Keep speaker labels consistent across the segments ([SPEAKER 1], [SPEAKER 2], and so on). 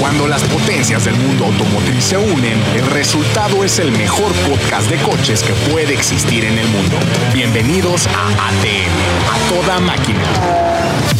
[SPEAKER 1] Cuando las potencias del mundo automotriz se unen, el resultado es el mejor podcast de coches que puede existir en el mundo. Bienvenidos a ATM, a toda máquina.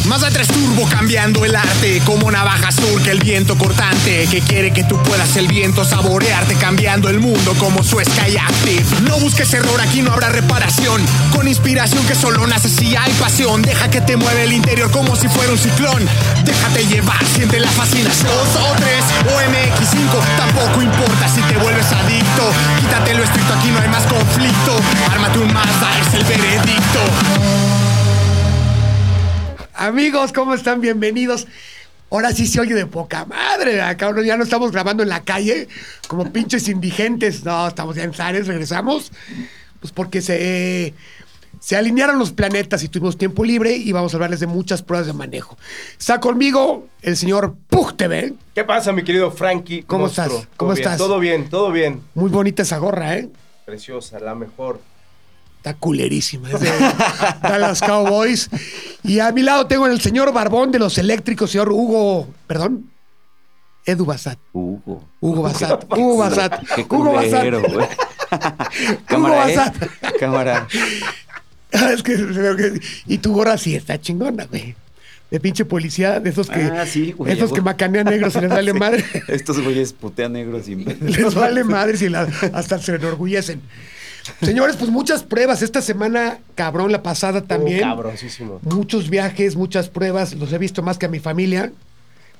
[SPEAKER 1] Mazda 3 Turbo cambiando el arte, como navaja surca el viento cortante, que quiere que tú puedas el viento saborearte, cambiando el mundo como su Sky Active. No busques error, aquí no habrá reparación, con inspiración que solo nace si hay pasión, deja que te mueve el interior como si fuera un ciclón, déjate llevar, siente la fascinación. Dos o tres o MX5, tampoco importa si te vuelves adicto, quítate lo estricto, aquí no hay más conflicto, ármate un Mazda, es el veredicto.
[SPEAKER 2] Amigos, ¿cómo están? Bienvenidos. Ahora sí se oye de poca madre, ¿verdad, cabrón. Ya no estamos grabando en la calle como pinches indigentes. No, estamos ya en Zares, regresamos. Pues porque se, se alinearon los planetas y tuvimos tiempo libre y vamos a hablarles de muchas pruebas de manejo. Está conmigo el señor Pug TV.
[SPEAKER 3] ¿Qué pasa, mi querido Frankie?
[SPEAKER 2] ¿Cómo
[SPEAKER 3] monstruo?
[SPEAKER 2] estás? ¿Cómo
[SPEAKER 3] ¿Todo bien?
[SPEAKER 2] estás?
[SPEAKER 3] Todo bien, todo bien.
[SPEAKER 2] Muy bonita esa gorra, ¿eh?
[SPEAKER 3] Preciosa, la mejor.
[SPEAKER 2] Está culerísima. Es de Dallas Cowboys. Y a mi lado tengo el señor Barbón de los Eléctricos, señor Hugo, perdón, Edu Basat.
[SPEAKER 4] Hugo.
[SPEAKER 2] Hugo Basat. Hugo Basat.
[SPEAKER 4] Qué
[SPEAKER 2] Hugo Basat.
[SPEAKER 4] culero, güey. Cámara, ¿eh?
[SPEAKER 2] Bazán.
[SPEAKER 4] Cámara.
[SPEAKER 2] Ah, Es que- creo que- y tu gorra sí está chingona, güey. De pinche policía, de esos que,
[SPEAKER 4] Ah, sí, güey,
[SPEAKER 2] esos
[SPEAKER 4] ya,
[SPEAKER 2] que
[SPEAKER 4] güey.
[SPEAKER 2] macanean negros se les vale madre.
[SPEAKER 4] Estos güeyes putean negros sin
[SPEAKER 2] Les vale madre si la- hasta se enorgullecen. Señores, pues muchas pruebas. Esta semana, cabrón, la pasada también.
[SPEAKER 3] Oh, cabroncísimo.
[SPEAKER 2] Muchos viajes, muchas pruebas. Los he visto más que a mi familia,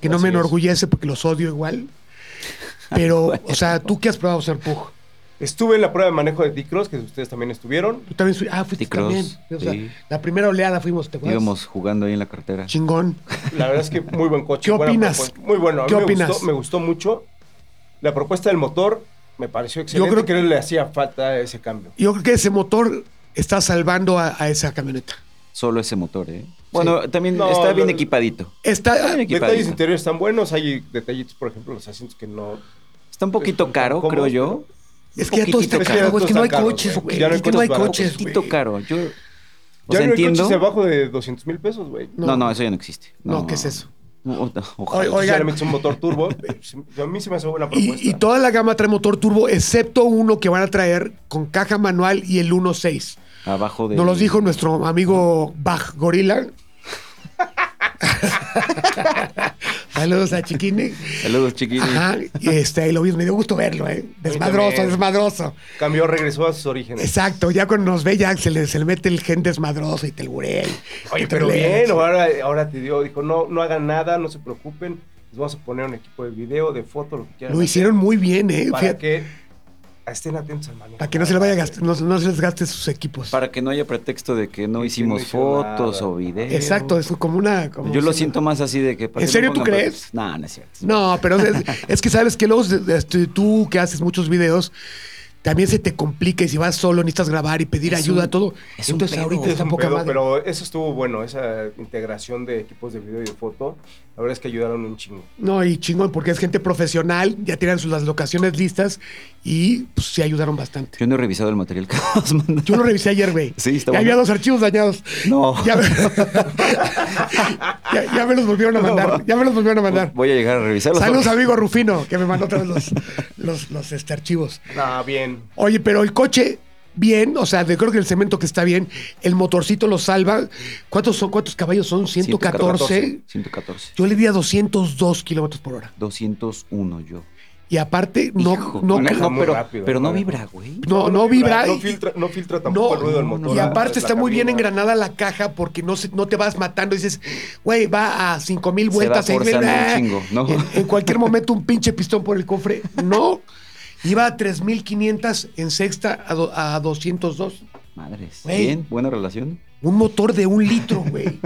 [SPEAKER 2] que no
[SPEAKER 3] Así
[SPEAKER 2] me
[SPEAKER 3] es.
[SPEAKER 2] enorgullece porque los odio igual. Pero, o sea, ¿tú qué has probado, ser Pug?
[SPEAKER 3] Estuve en la prueba de manejo de T-Cross, que ustedes también estuvieron.
[SPEAKER 2] Tú también fui- Ah, fuiste
[SPEAKER 4] T-Cross,
[SPEAKER 2] también. O sea,
[SPEAKER 4] sí.
[SPEAKER 2] La primera oleada fuimos, ¿te acuerdas?
[SPEAKER 4] Íbamos jugando ahí en la carretera.
[SPEAKER 2] Chingón.
[SPEAKER 3] La verdad es que muy buen coche.
[SPEAKER 2] ¿Qué
[SPEAKER 3] buena
[SPEAKER 2] opinas?
[SPEAKER 3] propuesta. Muy bueno. A mí
[SPEAKER 2] ¿Qué
[SPEAKER 3] me
[SPEAKER 2] opinas?
[SPEAKER 3] Gustó, me gustó mucho. La propuesta del motor me pareció excelente.
[SPEAKER 2] creo
[SPEAKER 3] Yo creo que le hacía falta ese cambio.
[SPEAKER 2] Yo creo que ese motor está salvando a, a esa camioneta.
[SPEAKER 4] Solo ese motor, ¿eh? Bueno, también
[SPEAKER 3] No,
[SPEAKER 4] está bien
[SPEAKER 3] lo-
[SPEAKER 4] equipadito.
[SPEAKER 2] Está,
[SPEAKER 4] Bien
[SPEAKER 3] Detalles
[SPEAKER 4] equipadito.
[SPEAKER 3] interiores están buenos. Hay detallitos, por ejemplo, los asientos que no...
[SPEAKER 4] Está un poquito
[SPEAKER 3] Están
[SPEAKER 4] caro, creo
[SPEAKER 3] cómodos,
[SPEAKER 4] yo.
[SPEAKER 2] es que ya todo está
[SPEAKER 4] poquitito
[SPEAKER 2] caro,
[SPEAKER 4] caro.
[SPEAKER 2] güey. Es que no hay
[SPEAKER 3] Todos están
[SPEAKER 2] coches, güey.
[SPEAKER 3] caros, güey. Ya no hay
[SPEAKER 2] Es que no hay
[SPEAKER 3] coches
[SPEAKER 2] coches,
[SPEAKER 3] baratos.
[SPEAKER 2] güey.
[SPEAKER 4] poquito caro. Yo, o
[SPEAKER 2] Pues
[SPEAKER 3] ya
[SPEAKER 4] sea,
[SPEAKER 3] no hay
[SPEAKER 4] entiendo.
[SPEAKER 3] coches debajo de 200 mil pesos, güey.
[SPEAKER 2] No.
[SPEAKER 4] No, no, eso ya no existe.
[SPEAKER 2] No, ¿qué es eso?
[SPEAKER 4] No, o-
[SPEAKER 2] Oye,
[SPEAKER 4] ojalá.
[SPEAKER 2] oye, Oigan.
[SPEAKER 3] Oigan. metes un motor turbo. A mí se me hace buena propuesta.
[SPEAKER 2] Y, y toda la gama trae motor turbo, excepto uno que van a traer con caja manual y el 1.6.
[SPEAKER 3] oh,
[SPEAKER 4] Abajo de.
[SPEAKER 2] Nos los dijo nuestro amigo Bach Gorila. Saludos a Chiquini.
[SPEAKER 4] Saludos, chiquillos.
[SPEAKER 2] Ajá, y este, lo vi, me dio gusto verlo, ¿eh? Desmadroso,
[SPEAKER 3] también.
[SPEAKER 2] desmadroso.
[SPEAKER 3] Cambió, regresó a sus orígenes.
[SPEAKER 2] Exacto, ya cuando nos ve ya se le, se le mete el gen desmadroso y telburé.
[SPEAKER 3] Oye, pero bien, ahora, ahora te dio, dijo, no, no hagan nada, no se preocupen, les vamos a poner un equipo de video, de foto, lo que quieran.
[SPEAKER 2] Lo hicieron muy bien, ¿eh?
[SPEAKER 3] para
[SPEAKER 2] Fíjate,
[SPEAKER 3] que estén atentos al manejo.
[SPEAKER 2] para que no se, le vaya a gastar- no, no se les gaste sus equipos.
[SPEAKER 4] Para que no haya pretexto de que no
[SPEAKER 3] Sí, sí, no
[SPEAKER 4] hicimos
[SPEAKER 3] hicieron
[SPEAKER 4] fotos
[SPEAKER 3] nada.
[SPEAKER 4] o videos.
[SPEAKER 2] Exacto, es como una... como
[SPEAKER 4] Yo lo
[SPEAKER 2] una-
[SPEAKER 4] siento más así de que... ¿para
[SPEAKER 2] ¿En
[SPEAKER 4] qué
[SPEAKER 2] serio
[SPEAKER 4] me
[SPEAKER 2] tú
[SPEAKER 4] pongan
[SPEAKER 2] crees?
[SPEAKER 4] pretextos? No, no es cierto.
[SPEAKER 2] No, pero es, es que sabes que luego este, tú que haces muchos videos, también se te complica y si vas solo necesitas grabar y pedir
[SPEAKER 4] Es
[SPEAKER 2] ayuda,
[SPEAKER 4] un-
[SPEAKER 2] todo.
[SPEAKER 4] es un
[SPEAKER 2] Entonces
[SPEAKER 4] pedo.
[SPEAKER 2] ahorita
[SPEAKER 3] Es
[SPEAKER 2] está
[SPEAKER 3] un
[SPEAKER 2] poca
[SPEAKER 3] pedo,
[SPEAKER 2] madre.
[SPEAKER 3] pero eso estuvo bueno, esa integración de equipos de video y de foto, la verdad es que ayudaron un chingo.
[SPEAKER 2] No, y chingón, porque es gente profesional, ya tienen sus, las locaciones listas y pues, sí ayudaron bastante.
[SPEAKER 4] Yo no he revisado el material que nos mandan.
[SPEAKER 2] Yo lo revisé ayer, güey.
[SPEAKER 4] Sí, está
[SPEAKER 2] Y había
[SPEAKER 4] bueno.
[SPEAKER 2] dos archivos dañados.
[SPEAKER 4] No.
[SPEAKER 2] Ya me, ya, ya me los volvieron a mandar. Ya me los volvieron a mandar.
[SPEAKER 4] Voy a llegar a revisarlo.
[SPEAKER 2] Saludos, amigo Rufino, que me mandó otra vez los, los, los este, archivos.
[SPEAKER 3] Ah, bien.
[SPEAKER 2] Oye, pero el coche, bien, o sea, de- creo que el cemento que está bien, el motorcito lo salva. ¿Cuántos son? ¿Cuántos caballos son? 114.
[SPEAKER 4] 114.
[SPEAKER 2] Yo le di a 202 kilómetros por hora.
[SPEAKER 4] 201 yo.
[SPEAKER 2] Y aparte, no,
[SPEAKER 4] Hijo,
[SPEAKER 2] no,
[SPEAKER 4] maneja
[SPEAKER 2] no,
[SPEAKER 3] muy
[SPEAKER 4] pero,
[SPEAKER 3] rápido,
[SPEAKER 4] pero no
[SPEAKER 3] maneja.
[SPEAKER 4] vibra, güey.
[SPEAKER 2] no, no vibra.
[SPEAKER 3] No
[SPEAKER 2] y-
[SPEAKER 3] filtra, no filtra
[SPEAKER 2] no,
[SPEAKER 3] tampoco el ruido del
[SPEAKER 4] no, no,
[SPEAKER 3] motor.
[SPEAKER 2] y
[SPEAKER 4] la-
[SPEAKER 2] aparte
[SPEAKER 3] la
[SPEAKER 2] está muy bien
[SPEAKER 3] cabina.
[SPEAKER 2] engranada la caja porque no, se- no te vas matando. Dices, güey, va a 5 mil
[SPEAKER 4] Se
[SPEAKER 2] vueltas,
[SPEAKER 4] va
[SPEAKER 2] 6 mil.
[SPEAKER 4] forzando un
[SPEAKER 2] ah,
[SPEAKER 4] chingo, ¿no?
[SPEAKER 2] En, en cualquier momento un pinche pistón por el cofre. No. Iba a 3.500 en sexta a, do- a 202.
[SPEAKER 4] Madres.
[SPEAKER 2] Güey.
[SPEAKER 4] Bien, buena relación.
[SPEAKER 2] Un motor de un litro, güey.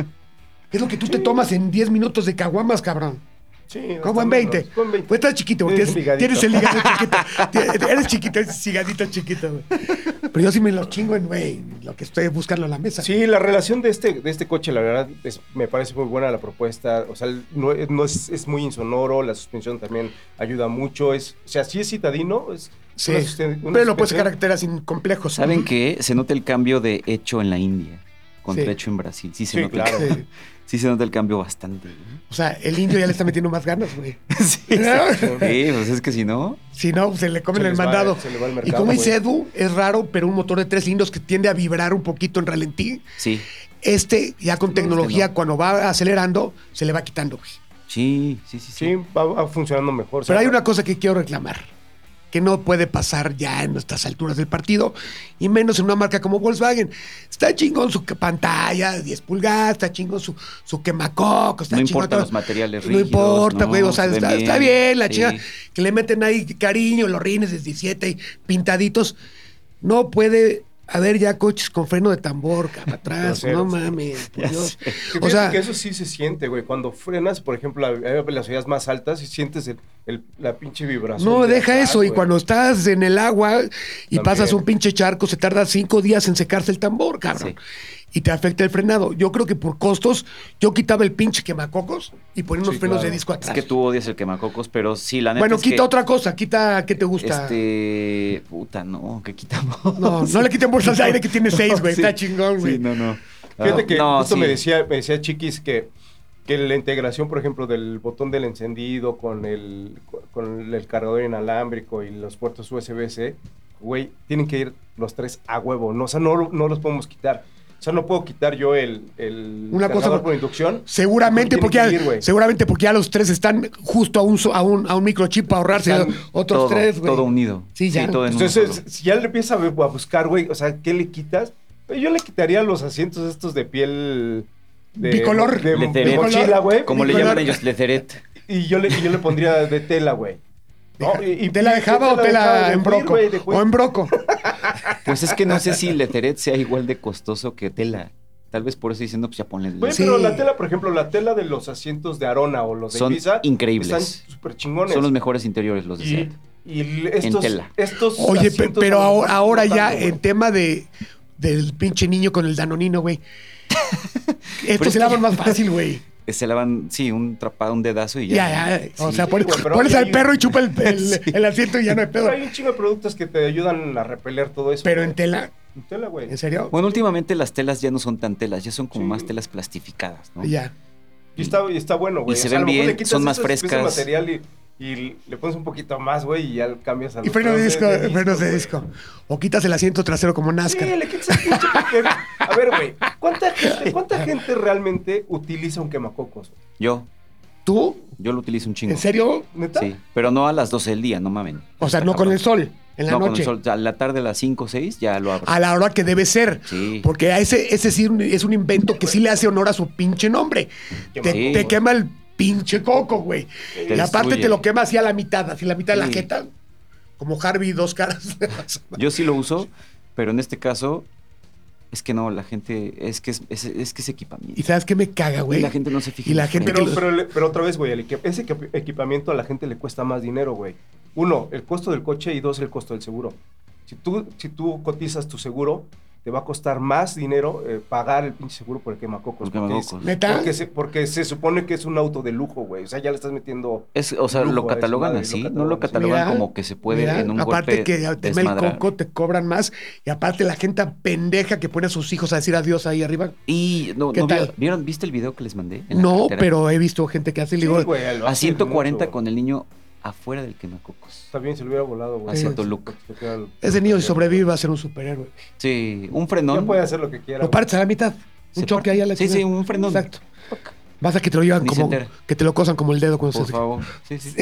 [SPEAKER 2] Es lo que tú te tomas en 10 minutos de caguamas, cabrón.
[SPEAKER 3] Sí,
[SPEAKER 2] Como en
[SPEAKER 3] hasta menos,
[SPEAKER 2] 20.
[SPEAKER 3] como en 20.
[SPEAKER 2] Pues estás chiquito, güey.
[SPEAKER 3] Tienes
[SPEAKER 2] Tienes, tienes el
[SPEAKER 3] ligadito.
[SPEAKER 2] hígado chiquito. Tienes- Eres chiquito, eres higadito chiquito, güey. Pero yo sí me los chingo en, güey, lo que estoy buscando en la mesa.
[SPEAKER 3] Sí, la relación de este, de este coche, la verdad, es- me parece muy buena la propuesta. O sea, no, no es, es muy insonoro, la suspensión también ayuda mucho. Es, o sea, sí es citadino. Es
[SPEAKER 2] Sí.
[SPEAKER 3] una susten-
[SPEAKER 2] Pero lo
[SPEAKER 3] una
[SPEAKER 2] puedes
[SPEAKER 3] suspensión-
[SPEAKER 2] caracterizar sin complejos.
[SPEAKER 4] ¿Saben qué? Se nota el cambio de hecho en la India contra
[SPEAKER 2] Sí.
[SPEAKER 4] hecho en Brasil. Sí, se
[SPEAKER 3] Sí,
[SPEAKER 4] nota.
[SPEAKER 3] claro.
[SPEAKER 4] el-
[SPEAKER 2] Sí.
[SPEAKER 4] Sí, sí se nota el cambio bastante. ¿no?
[SPEAKER 2] O sea, el indio ya le está metiendo más ganas, güey.
[SPEAKER 4] sí, exacto. Sí, pues es que si no,
[SPEAKER 2] Si no, pues se le comen
[SPEAKER 3] Se
[SPEAKER 2] el
[SPEAKER 3] les va-
[SPEAKER 2] mandado.
[SPEAKER 3] se le va el
[SPEAKER 2] y
[SPEAKER 3] mercado,
[SPEAKER 2] como dice
[SPEAKER 3] güey.
[SPEAKER 2] Edu, es raro, pero un motor de tres cilindros que tiende a vibrar un poquito en ralentí.
[SPEAKER 4] sí,
[SPEAKER 2] Este, ya con tecnología,
[SPEAKER 4] no.
[SPEAKER 2] cuando va acelerando, se le va quitando, güey.
[SPEAKER 4] sí, sí, sí.
[SPEAKER 3] Sí, va, va funcionando mejor. o sea,
[SPEAKER 2] Pero hay una cosa que quiero reclamar, que no puede pasar ya en nuestras alturas del partido, y menos en una marca como Volkswagen. Está chingón su que- pantalla, 10 pulgadas, está chingón su, su quemacocos, está
[SPEAKER 4] No
[SPEAKER 2] chingón
[SPEAKER 4] importan
[SPEAKER 2] todo.
[SPEAKER 4] los materiales
[SPEAKER 2] No
[SPEAKER 4] rígidos,
[SPEAKER 2] importa,
[SPEAKER 4] ¿no?
[SPEAKER 2] güey, o sea,
[SPEAKER 4] Se ven
[SPEAKER 2] está está bien,
[SPEAKER 4] bien,
[SPEAKER 2] la
[SPEAKER 4] sí.
[SPEAKER 2] chinga, que le meten ahí cariño, los rines de 17 y pintaditos. No puede haber ya coches con freno de tambor, cama atrás, no
[SPEAKER 3] Groseros.
[SPEAKER 2] mames, por
[SPEAKER 4] Ya
[SPEAKER 2] Dios.
[SPEAKER 4] sé.
[SPEAKER 3] Que
[SPEAKER 2] O
[SPEAKER 3] fíjate
[SPEAKER 2] sea,
[SPEAKER 3] que eso sí se siente, güey. Cuando frenas, por ejemplo, a, a velocidades más altas y sientes el- el- la pinche vibración.
[SPEAKER 2] No,
[SPEAKER 3] de
[SPEAKER 2] deja
[SPEAKER 3] atrás,
[SPEAKER 2] eso. Y
[SPEAKER 3] güey.
[SPEAKER 2] cuando estás en el agua y
[SPEAKER 3] También.
[SPEAKER 2] pasas un pinche charco, se tarda cinco días en secarse el tambor, cabrón. Y te afecta el frenado. Yo creo que por costos, yo quitaba el pinche quemacocos y ponía unos
[SPEAKER 3] Sí,
[SPEAKER 2] frenos de
[SPEAKER 3] claro.
[SPEAKER 2] disco
[SPEAKER 4] Es
[SPEAKER 2] atrás.
[SPEAKER 4] que tú odias el quemacocos, pero sí, la neta
[SPEAKER 2] bueno,
[SPEAKER 4] es
[SPEAKER 2] quita
[SPEAKER 4] que,
[SPEAKER 2] otra cosa, quita qué te gusta.
[SPEAKER 4] Este, puta, no, ¿qué quitamos?
[SPEAKER 2] No, no le quiten bolsas de aire que tiene seis, güey.
[SPEAKER 4] Sí.
[SPEAKER 2] Está chingón, güey.
[SPEAKER 4] Sí, no, no. Ah,
[SPEAKER 3] Fíjate que
[SPEAKER 4] No,
[SPEAKER 3] justo
[SPEAKER 4] sí.
[SPEAKER 3] me decía, me decía Chiquis que, que la integración, por ejemplo, del botón del encendido con el, con el cargador inalámbrico y los puertos USB-C, güey, tienen que ir los tres a huevo. No, o sea, no, lo- no los podemos quitar. O sea, no puedo quitar yo el, el
[SPEAKER 2] Una cosa
[SPEAKER 3] cargador
[SPEAKER 2] por-
[SPEAKER 3] por inducción.
[SPEAKER 2] Seguramente
[SPEAKER 3] Tienen
[SPEAKER 2] porque,
[SPEAKER 3] que ir,
[SPEAKER 2] ya,
[SPEAKER 3] güey.
[SPEAKER 2] seguramente porque ya los tres están justo a un, so- a un, a un microchip para ahorrarse
[SPEAKER 3] Están
[SPEAKER 2] otros
[SPEAKER 4] todo,
[SPEAKER 2] tres, güey.
[SPEAKER 4] Todo unido.
[SPEAKER 2] Sí, ya.
[SPEAKER 4] todo en uno
[SPEAKER 3] Entonces,
[SPEAKER 4] solo.
[SPEAKER 3] si ya le empiezas a, ver- a buscar, güey, o sea, ¿qué le quitas? Pues Yo le quitaría los asientos estos de piel... De,
[SPEAKER 2] Bicolor.
[SPEAKER 3] De, de
[SPEAKER 4] Leteret.
[SPEAKER 3] mochila, güey.
[SPEAKER 4] Como le
[SPEAKER 2] Nicolás-
[SPEAKER 4] llaman ellos, Letheret.
[SPEAKER 3] Y yo le, y yo le pondría de tela, güey. No, y, y-
[SPEAKER 2] ¿Te la dejaba o te
[SPEAKER 3] dejaba
[SPEAKER 2] la
[SPEAKER 3] de
[SPEAKER 2] en
[SPEAKER 3] cuir,
[SPEAKER 2] broco?
[SPEAKER 3] güey, de cuir.
[SPEAKER 2] O en broco.
[SPEAKER 4] Pues es que no sé si Letheret sea igual de costoso que tela. Tal vez por eso diciendo, pues ya ponle.
[SPEAKER 3] Güey,
[SPEAKER 4] Letheret.
[SPEAKER 2] Sí.
[SPEAKER 3] pero la tela, por ejemplo, la tela de los asientos de Arona o los de
[SPEAKER 4] Son
[SPEAKER 3] Ibiza,
[SPEAKER 4] increíbles.
[SPEAKER 3] Están súper chingones.
[SPEAKER 4] Son los mejores interiores los de
[SPEAKER 3] y,
[SPEAKER 4] Seat.
[SPEAKER 3] y estos,
[SPEAKER 4] En tela.
[SPEAKER 3] estos
[SPEAKER 2] Oye, pe-
[SPEAKER 3] asientos
[SPEAKER 2] pero
[SPEAKER 3] son
[SPEAKER 2] ahora,
[SPEAKER 3] los más
[SPEAKER 2] ahora ya
[SPEAKER 3] importantes,
[SPEAKER 2] en
[SPEAKER 3] güey.
[SPEAKER 2] tema de del pinche niño con el danonino, güey.
[SPEAKER 4] Pero
[SPEAKER 2] Esto
[SPEAKER 4] es
[SPEAKER 2] se
[SPEAKER 4] que-
[SPEAKER 2] lavan más fácil, güey.
[SPEAKER 4] Se lavan, sí, un trapado, un dedazo y ya.
[SPEAKER 2] Ya, ya. O
[SPEAKER 4] Sí.
[SPEAKER 2] sea, pues- pones,
[SPEAKER 3] güey, pero
[SPEAKER 2] pones
[SPEAKER 3] hay-
[SPEAKER 2] al perro y chupa el, el- el asiento y ya no hay pedo.
[SPEAKER 3] Pero hay un chingo de productos que te ayudan a repeler todo eso.
[SPEAKER 2] Pero
[SPEAKER 3] güey.
[SPEAKER 2] en tela,
[SPEAKER 3] En tela, güey.
[SPEAKER 2] ¿en serio?
[SPEAKER 4] Bueno, últimamente las telas ya no son tan telas, ya son como
[SPEAKER 3] Sí.
[SPEAKER 4] más telas plastificadas, ¿no?
[SPEAKER 2] Ya.
[SPEAKER 3] Y está, y está bueno, güey.
[SPEAKER 4] Y
[SPEAKER 3] O
[SPEAKER 4] se
[SPEAKER 3] sea, a
[SPEAKER 4] ven
[SPEAKER 3] lo mejor
[SPEAKER 4] bien,
[SPEAKER 3] le quitas
[SPEAKER 4] son más
[SPEAKER 3] esas piezas de
[SPEAKER 4] frescas.
[SPEAKER 3] material y, y le pones un poquito más, güey, y ya cambias a
[SPEAKER 2] Y frenos de disco, frenos de
[SPEAKER 3] güey.
[SPEAKER 2] disco. O quitas el asiento trasero como
[SPEAKER 3] Sí,
[SPEAKER 2] NASCAR.
[SPEAKER 3] le quitas el pinche papel. A ver, güey, ¿cuánta gente, cuánta gente realmente utiliza un quemacocos?
[SPEAKER 4] Yo,
[SPEAKER 2] ¿Tú?
[SPEAKER 4] yo lo utilizo un chingo.
[SPEAKER 2] ¿En serio?
[SPEAKER 3] ¿Neta?
[SPEAKER 4] Sí, pero no a las 12 del día, no mamen.
[SPEAKER 2] O sea, no
[SPEAKER 4] Está
[SPEAKER 2] con el
[SPEAKER 4] cabrón.
[SPEAKER 2] sol, en la
[SPEAKER 4] no,
[SPEAKER 2] noche. Ah,
[SPEAKER 4] con el sol. A la tarde a las 5 o 6 ya lo abro.
[SPEAKER 2] A la hora que debe ser.
[SPEAKER 4] Sí.
[SPEAKER 2] Porque a ese, ese sí un- es un invento que sí le hace honor a su pinche nombre. Te,
[SPEAKER 4] Sí.
[SPEAKER 2] te quema el pinche coco, güey.
[SPEAKER 4] Te
[SPEAKER 2] y aparte
[SPEAKER 4] destruye.
[SPEAKER 2] te lo quema así a la mitad, así la mitad de la
[SPEAKER 4] Sí.
[SPEAKER 2] jeta. Como Harvey, dos caras.
[SPEAKER 4] Yo sí lo uso, pero en este caso es que no, la gente, es que es, es- es que es equipamiento.
[SPEAKER 2] y sabes qué me caga,
[SPEAKER 4] Y
[SPEAKER 2] güey.
[SPEAKER 4] la gente no se fija.
[SPEAKER 2] Y
[SPEAKER 4] en
[SPEAKER 2] la
[SPEAKER 4] los
[SPEAKER 2] gente
[SPEAKER 4] frenos.
[SPEAKER 3] Pero, pero, le- pero otra vez, güey, el equi- ese equi- equipamiento a la gente le cuesta más dinero, güey. Uno, el costo del coche y dos, el costo del seguro. Si tú, si tú cotizas tu seguro, te va a costar más dinero eh, pagar el pinche seguro por el quemacocos.
[SPEAKER 4] Por quemacocos.
[SPEAKER 3] porque es-
[SPEAKER 2] Neta.
[SPEAKER 3] Porque se, porque se supone que es un auto de lujo, güey. O sea, ya le estás metiendo...
[SPEAKER 4] Es, o sea,
[SPEAKER 3] Lujo,
[SPEAKER 4] lo catalogan
[SPEAKER 3] es
[SPEAKER 4] así,
[SPEAKER 3] madre, lo
[SPEAKER 4] no lo
[SPEAKER 3] catalogan
[SPEAKER 4] catalogan
[SPEAKER 2] Mira,
[SPEAKER 4] como que se puede
[SPEAKER 2] mira,
[SPEAKER 4] en un
[SPEAKER 2] aparte
[SPEAKER 4] golpe
[SPEAKER 2] que te ve el
[SPEAKER 4] desmadrar.
[SPEAKER 2] coco te cobran más. Y aparte la gente pendeja que pone a sus hijos a decir adiós ahí arriba.
[SPEAKER 4] Y no,
[SPEAKER 2] ¿Qué
[SPEAKER 4] no, vi-
[SPEAKER 2] tal?
[SPEAKER 4] ¿vieron? ¿Viste el video que les mandé? en la
[SPEAKER 2] No,
[SPEAKER 4] carretera?
[SPEAKER 2] pero he visto gente que hace y le digo,
[SPEAKER 3] Sí, güey, lo
[SPEAKER 4] A
[SPEAKER 3] haces
[SPEAKER 4] 140
[SPEAKER 3] mucho.
[SPEAKER 4] con el niño afuera del quemacocos.
[SPEAKER 3] Está bien, se lo hubiera volado, güey.
[SPEAKER 4] Hacia
[SPEAKER 2] Sí.
[SPEAKER 4] Toluca.
[SPEAKER 2] ese niño si sobrevive va a ser un superhéroe.
[SPEAKER 4] Sí, un
[SPEAKER 3] No
[SPEAKER 4] frenón.
[SPEAKER 3] puede hacer lo que quiera.
[SPEAKER 2] Lo partes a la mitad. Un
[SPEAKER 4] Se
[SPEAKER 2] choque
[SPEAKER 4] parte.
[SPEAKER 2] ahí a la
[SPEAKER 4] Sí,
[SPEAKER 2] chingada.
[SPEAKER 4] sí, un frenón.
[SPEAKER 2] Exacto. Vas a que te lo llevan
[SPEAKER 4] Ni se
[SPEAKER 2] como.
[SPEAKER 4] entera.
[SPEAKER 2] Que te lo cosan como el dedo cuando
[SPEAKER 4] Por
[SPEAKER 2] se-
[SPEAKER 4] favor. Sí, sí.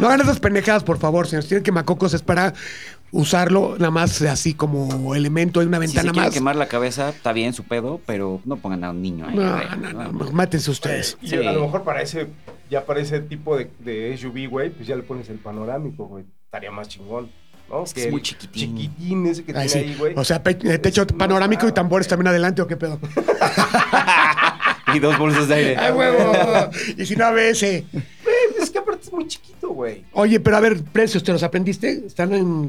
[SPEAKER 2] No hagan esas pendejadas, por favor, señores. Tienen que macocos es para usarlo nada más así como elemento de una
[SPEAKER 4] Si se
[SPEAKER 2] ventana
[SPEAKER 4] quiere
[SPEAKER 2] más.
[SPEAKER 4] quemar la cabeza, está bien su pedo, pero no pongan a un niño ahí.
[SPEAKER 2] No,
[SPEAKER 4] arriba,
[SPEAKER 2] no, no,
[SPEAKER 4] ¿no?
[SPEAKER 2] no, mátense ustedes.
[SPEAKER 3] Y
[SPEAKER 4] Sí.
[SPEAKER 3] a lo mejor para ese, ya para ese tipo de, de SUV, güey, pues ya le pones el panorámico, güey. Estaría más chingón, ¿no?
[SPEAKER 4] Es que es
[SPEAKER 3] el
[SPEAKER 4] muy chiquitín.
[SPEAKER 3] Chiquitín ese que
[SPEAKER 2] Ay,
[SPEAKER 3] tiene
[SPEAKER 2] sí.
[SPEAKER 3] ahí, güey.
[SPEAKER 2] O sea, pe- eh,
[SPEAKER 4] Pues
[SPEAKER 3] Es
[SPEAKER 2] techo
[SPEAKER 3] una
[SPEAKER 2] panorámico y
[SPEAKER 3] mamada,
[SPEAKER 2] tambores
[SPEAKER 3] güey.
[SPEAKER 2] también adelante, ¿o qué pedo?
[SPEAKER 4] Y dos bolsas de aire.
[SPEAKER 2] ¡Ay, huevo! y si no, a veces.
[SPEAKER 3] Güey, Es que aparte es muy chiquito, güey.
[SPEAKER 2] Oye, pero a ver, precios, ¿te los aprendiste? Están en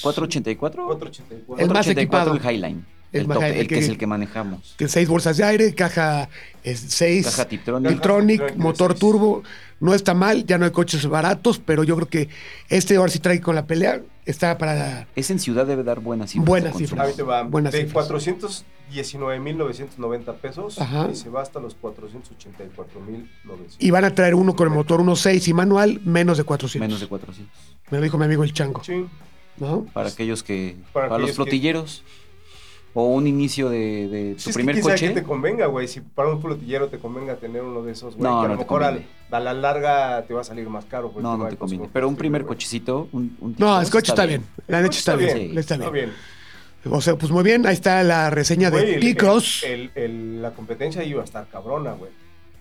[SPEAKER 2] 400.
[SPEAKER 4] 484.
[SPEAKER 3] 484.
[SPEAKER 2] El más equipado.
[SPEAKER 4] 484 el Highline. El,
[SPEAKER 2] Es
[SPEAKER 4] top,
[SPEAKER 2] Maha-
[SPEAKER 4] el que es el que manejamos.
[SPEAKER 2] Tiene seis bolsas de aire, caja es, seis.
[SPEAKER 4] Caja Tiptronic.
[SPEAKER 2] Tiptronic,
[SPEAKER 3] Tiptronic,
[SPEAKER 2] motor
[SPEAKER 3] seis.
[SPEAKER 2] turbo. No está mal, ya no hay coches baratos, pero yo creo que este ahora sí trae con la pelea. Está para.
[SPEAKER 4] Es en ciudad, debe dar buenas cifras. de
[SPEAKER 2] Buenas
[SPEAKER 4] consumo.
[SPEAKER 2] cifras.
[SPEAKER 3] Ahí te va.
[SPEAKER 2] Buenas
[SPEAKER 3] de
[SPEAKER 2] cifras.
[SPEAKER 3] 419.990 pesos
[SPEAKER 2] Ajá.
[SPEAKER 3] y se va hasta los 484.900.
[SPEAKER 2] Y van a traer uno con el motor 1.6 y manual, menos de 400.
[SPEAKER 4] Menos de 400.
[SPEAKER 2] Me lo dijo mi amigo el Chango.
[SPEAKER 3] Sí.
[SPEAKER 2] ¿no?
[SPEAKER 4] Para aquellos que.
[SPEAKER 3] Para
[SPEAKER 4] Para,
[SPEAKER 3] aquellos
[SPEAKER 4] los
[SPEAKER 3] que-
[SPEAKER 4] flotilleros. O un inicio de, de tu
[SPEAKER 3] Sí, es que
[SPEAKER 4] primer
[SPEAKER 3] quién sabe
[SPEAKER 4] coche.
[SPEAKER 3] qué te convenga, güey. Si para un flotillero te convenga tener uno de esos, güey.
[SPEAKER 4] No,
[SPEAKER 3] que a
[SPEAKER 4] no
[SPEAKER 3] lo
[SPEAKER 4] te
[SPEAKER 3] mejor al-
[SPEAKER 4] conviene.
[SPEAKER 3] a la larga te va a salir más caro. pues, güey,
[SPEAKER 4] No, no
[SPEAKER 3] hay
[SPEAKER 4] te
[SPEAKER 3] consumo
[SPEAKER 4] conviene. Pero un primer
[SPEAKER 3] combustible,
[SPEAKER 4] cochecito. Un, un tipo
[SPEAKER 2] No, el
[SPEAKER 4] dos
[SPEAKER 2] coche está bien. La
[SPEAKER 3] güey.
[SPEAKER 2] neta está, bien.
[SPEAKER 4] bien,
[SPEAKER 2] Está bien.
[SPEAKER 3] Está bien.
[SPEAKER 2] O sea, pues muy bien, ahí está la reseña
[SPEAKER 3] Güey,
[SPEAKER 2] de
[SPEAKER 3] el-
[SPEAKER 2] T-Cross
[SPEAKER 3] el- el- La competencia iba a estar cabrona, güey.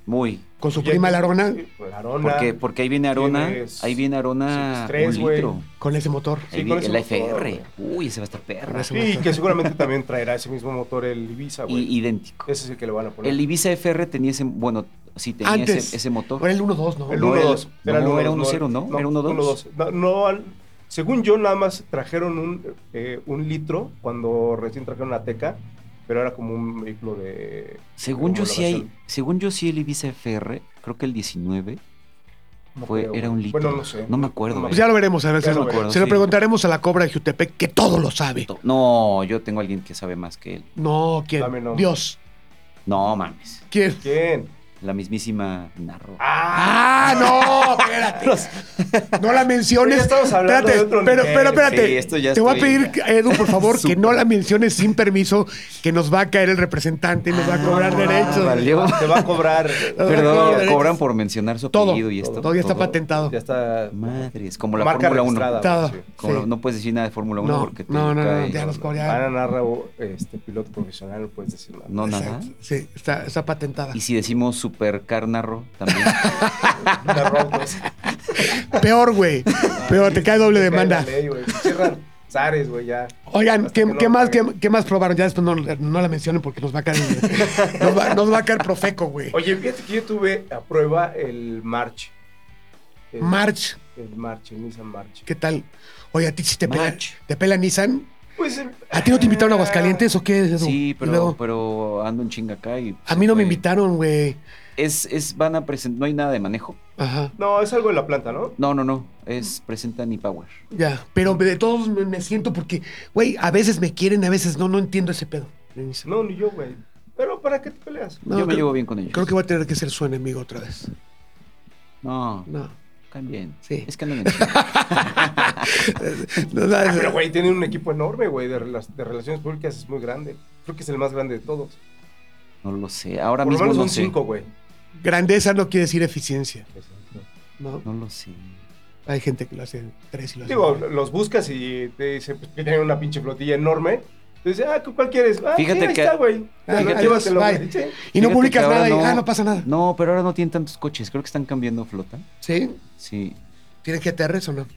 [SPEAKER 4] Muy.
[SPEAKER 2] con su
[SPEAKER 3] Ya
[SPEAKER 2] prima
[SPEAKER 3] que-
[SPEAKER 2] Larona
[SPEAKER 3] Pues, Arona.
[SPEAKER 4] Porque, porque ahí viene Arona.
[SPEAKER 3] Tienes
[SPEAKER 4] Ahí viene Arona.
[SPEAKER 3] X3,
[SPEAKER 4] un
[SPEAKER 3] güey.
[SPEAKER 4] litro.
[SPEAKER 2] con ese motor.
[SPEAKER 3] Sí,
[SPEAKER 4] Ahí
[SPEAKER 3] con
[SPEAKER 4] viene
[SPEAKER 3] ese
[SPEAKER 4] el
[SPEAKER 3] motor,
[SPEAKER 4] AFR. Uy, ese va a estar perra.
[SPEAKER 2] Con ese
[SPEAKER 3] Y que seguramente también traerá ese mismo motor el Ibiza, güey.
[SPEAKER 4] Y- idéntico.
[SPEAKER 3] Ese es el que le van a poner.
[SPEAKER 4] El Ibiza FR tenía ese. Bueno, sí, tenía
[SPEAKER 2] Antes.
[SPEAKER 4] ese, ese motor.
[SPEAKER 2] Ahora el 1.2, ¿no?
[SPEAKER 3] El
[SPEAKER 4] No,
[SPEAKER 3] 1-2.
[SPEAKER 4] el- no, era 1-0, ¿no? Era 1-2.
[SPEAKER 3] 1-2. No, no, al- según yo, nada más trajeron un, eh, un litro cuando recién trajeron la Teca, pero era como un vehículo de.
[SPEAKER 4] Según
[SPEAKER 3] de
[SPEAKER 4] yo sí hay,
[SPEAKER 3] homologación.
[SPEAKER 4] según yo sí el Ibiza FR, creo que el 19
[SPEAKER 3] No
[SPEAKER 4] fue,
[SPEAKER 3] creo.
[SPEAKER 4] era un litro.
[SPEAKER 3] Bueno, no sé.
[SPEAKER 4] No me acuerdo. eh.
[SPEAKER 3] No
[SPEAKER 4] No,
[SPEAKER 2] Pues ya lo veremos, a ver.
[SPEAKER 3] Ya
[SPEAKER 2] se
[SPEAKER 3] lo
[SPEAKER 2] lo-
[SPEAKER 3] veremos,
[SPEAKER 2] se lo
[SPEAKER 4] sí.
[SPEAKER 2] preguntaremos a la cobra de Jutepec, que todo lo sabe.
[SPEAKER 4] no, yo tengo a alguien que sabe más que él.
[SPEAKER 2] No, ¿quién?
[SPEAKER 3] Dame no.
[SPEAKER 2] Dios.
[SPEAKER 4] No mames.
[SPEAKER 2] ¿Quién?
[SPEAKER 3] ¿Quién?
[SPEAKER 4] La mismísima Narro.
[SPEAKER 2] ¡Ah, no! Espérate. No la menciones.
[SPEAKER 3] Ya estamos hablando
[SPEAKER 2] espérate,
[SPEAKER 3] de otro
[SPEAKER 2] pero,
[SPEAKER 3] nivel.
[SPEAKER 2] pero espérate.
[SPEAKER 4] Sí, esto ya
[SPEAKER 2] Te voy a
[SPEAKER 4] estoy-
[SPEAKER 2] pedir, Edu, por favor, que
[SPEAKER 4] Súper.
[SPEAKER 2] no la menciones sin permiso, que nos va a caer el representante y nos va a cobrar
[SPEAKER 4] Ah,
[SPEAKER 2] derechos.
[SPEAKER 4] vale. Valió.
[SPEAKER 3] Te va a cobrar.
[SPEAKER 2] Todo,
[SPEAKER 4] Perdón,
[SPEAKER 2] derechos.
[SPEAKER 4] cobran por mencionar su
[SPEAKER 2] Todo,
[SPEAKER 4] apellido y esto.
[SPEAKER 2] Todo ya está patentado.
[SPEAKER 3] Ya está.
[SPEAKER 4] Madre, es como la
[SPEAKER 3] marca
[SPEAKER 4] Fórmula 1.
[SPEAKER 3] registrada, pues,
[SPEAKER 2] Todo.
[SPEAKER 3] güey, sí.
[SPEAKER 4] Como
[SPEAKER 2] Sí.
[SPEAKER 4] la- no puedes decir nada de Fórmula 1
[SPEAKER 2] No,
[SPEAKER 4] porque te
[SPEAKER 2] no, no, no,
[SPEAKER 4] cae-
[SPEAKER 2] ya los cobran.
[SPEAKER 3] Van a narrar este piloto profesional, no puedes decir nada.
[SPEAKER 4] No, nada.
[SPEAKER 2] Exacto. Sí, está, está patentada.
[SPEAKER 4] Y si decimos supercar Narro también.
[SPEAKER 3] Narrar, pues.
[SPEAKER 2] Peor, güey. Peor, te cae doble demanda.
[SPEAKER 3] Te cae la ley, güey. Cierran Zares, güey, ya.
[SPEAKER 2] Oigan,
[SPEAKER 3] Hasta
[SPEAKER 2] ¿qué,
[SPEAKER 3] que no
[SPEAKER 2] qué
[SPEAKER 3] lo
[SPEAKER 2] más, qué,
[SPEAKER 3] paguen.
[SPEAKER 2] qué más probaron? Ya después no, no la mencionen porque nos va a caer, nos va, nos va a caer profeco, güey.
[SPEAKER 3] Oye, fíjate que yo tuve a prueba el March. El-
[SPEAKER 2] March,
[SPEAKER 3] El March, el Nissan March.
[SPEAKER 2] ¿qué tal? Oye, a ti si te pela,
[SPEAKER 4] March.
[SPEAKER 2] te pela Nissan.
[SPEAKER 3] Pues, eh,
[SPEAKER 2] ¿A ti no te invitaron a Aguascalientes o qué? Edu?
[SPEAKER 4] sí,
[SPEAKER 2] Y luego,
[SPEAKER 4] pero, pues, este, pero ando en chinga acá y.
[SPEAKER 2] a mí no me
[SPEAKER 4] Fue-
[SPEAKER 2] invitaron, güey.
[SPEAKER 4] Es, es, van a presentar, no hay nada de manejo.
[SPEAKER 2] Ajá,
[SPEAKER 3] No, es algo de la planta, ¿no?
[SPEAKER 4] No, no, no. Es presentan y power.
[SPEAKER 2] ya. Pero de todos me, me siento porque, güey, a veces me quieren, a veces no, no entiendo ese pedo. de Nissan.
[SPEAKER 3] No, ni yo, güey. Pero ¿para qué te peleas?
[SPEAKER 2] No,
[SPEAKER 4] Yo me
[SPEAKER 2] creo-
[SPEAKER 4] llevo bien con ellos.
[SPEAKER 2] Creo que voy a tener que ser su enemigo otra vez.
[SPEAKER 4] No,
[SPEAKER 2] No.
[SPEAKER 4] caen bien.
[SPEAKER 2] Sí.
[SPEAKER 4] Es que andan en chinga.
[SPEAKER 2] No,
[SPEAKER 4] Ah,
[SPEAKER 2] no,
[SPEAKER 3] Ah, Pero, güey, tienen un equipo enorme, güey, de, rela- de relaciones públicas. Es muy grande. Creo que es el más grande de todos.
[SPEAKER 4] No lo sé. Ahora
[SPEAKER 3] Por lo
[SPEAKER 4] mismo
[SPEAKER 3] menos
[SPEAKER 4] no
[SPEAKER 3] son
[SPEAKER 4] sé.
[SPEAKER 3] cinco, güey.
[SPEAKER 2] grandeza no quiere decir eficiencia. No,
[SPEAKER 4] No lo sé.
[SPEAKER 2] hay gente que lo hace en tres y lo hace.
[SPEAKER 3] Digo,
[SPEAKER 2] en tres.
[SPEAKER 3] los buscas y te dicen pues, que tienen una pinche flotilla enorme. Te dicen, ah, ¿cuál quieres? Ah,
[SPEAKER 4] Fíjate
[SPEAKER 3] sí, ahí
[SPEAKER 4] que-
[SPEAKER 3] está, güey.
[SPEAKER 2] Ah,
[SPEAKER 3] Fíjate,
[SPEAKER 2] adiós,
[SPEAKER 3] llévatelo,
[SPEAKER 2] bye.
[SPEAKER 3] güey. Sí.
[SPEAKER 2] Y no
[SPEAKER 4] Fíjate
[SPEAKER 2] publicas
[SPEAKER 4] que ahora
[SPEAKER 2] nada y,
[SPEAKER 4] no-
[SPEAKER 2] ah, no pasa nada.
[SPEAKER 4] No, pero ahora no tienen tantos coches. Creo que están cambiando flota.
[SPEAKER 2] ¿Sí?
[SPEAKER 4] Sí.
[SPEAKER 2] ¿Tienen GTRs o no?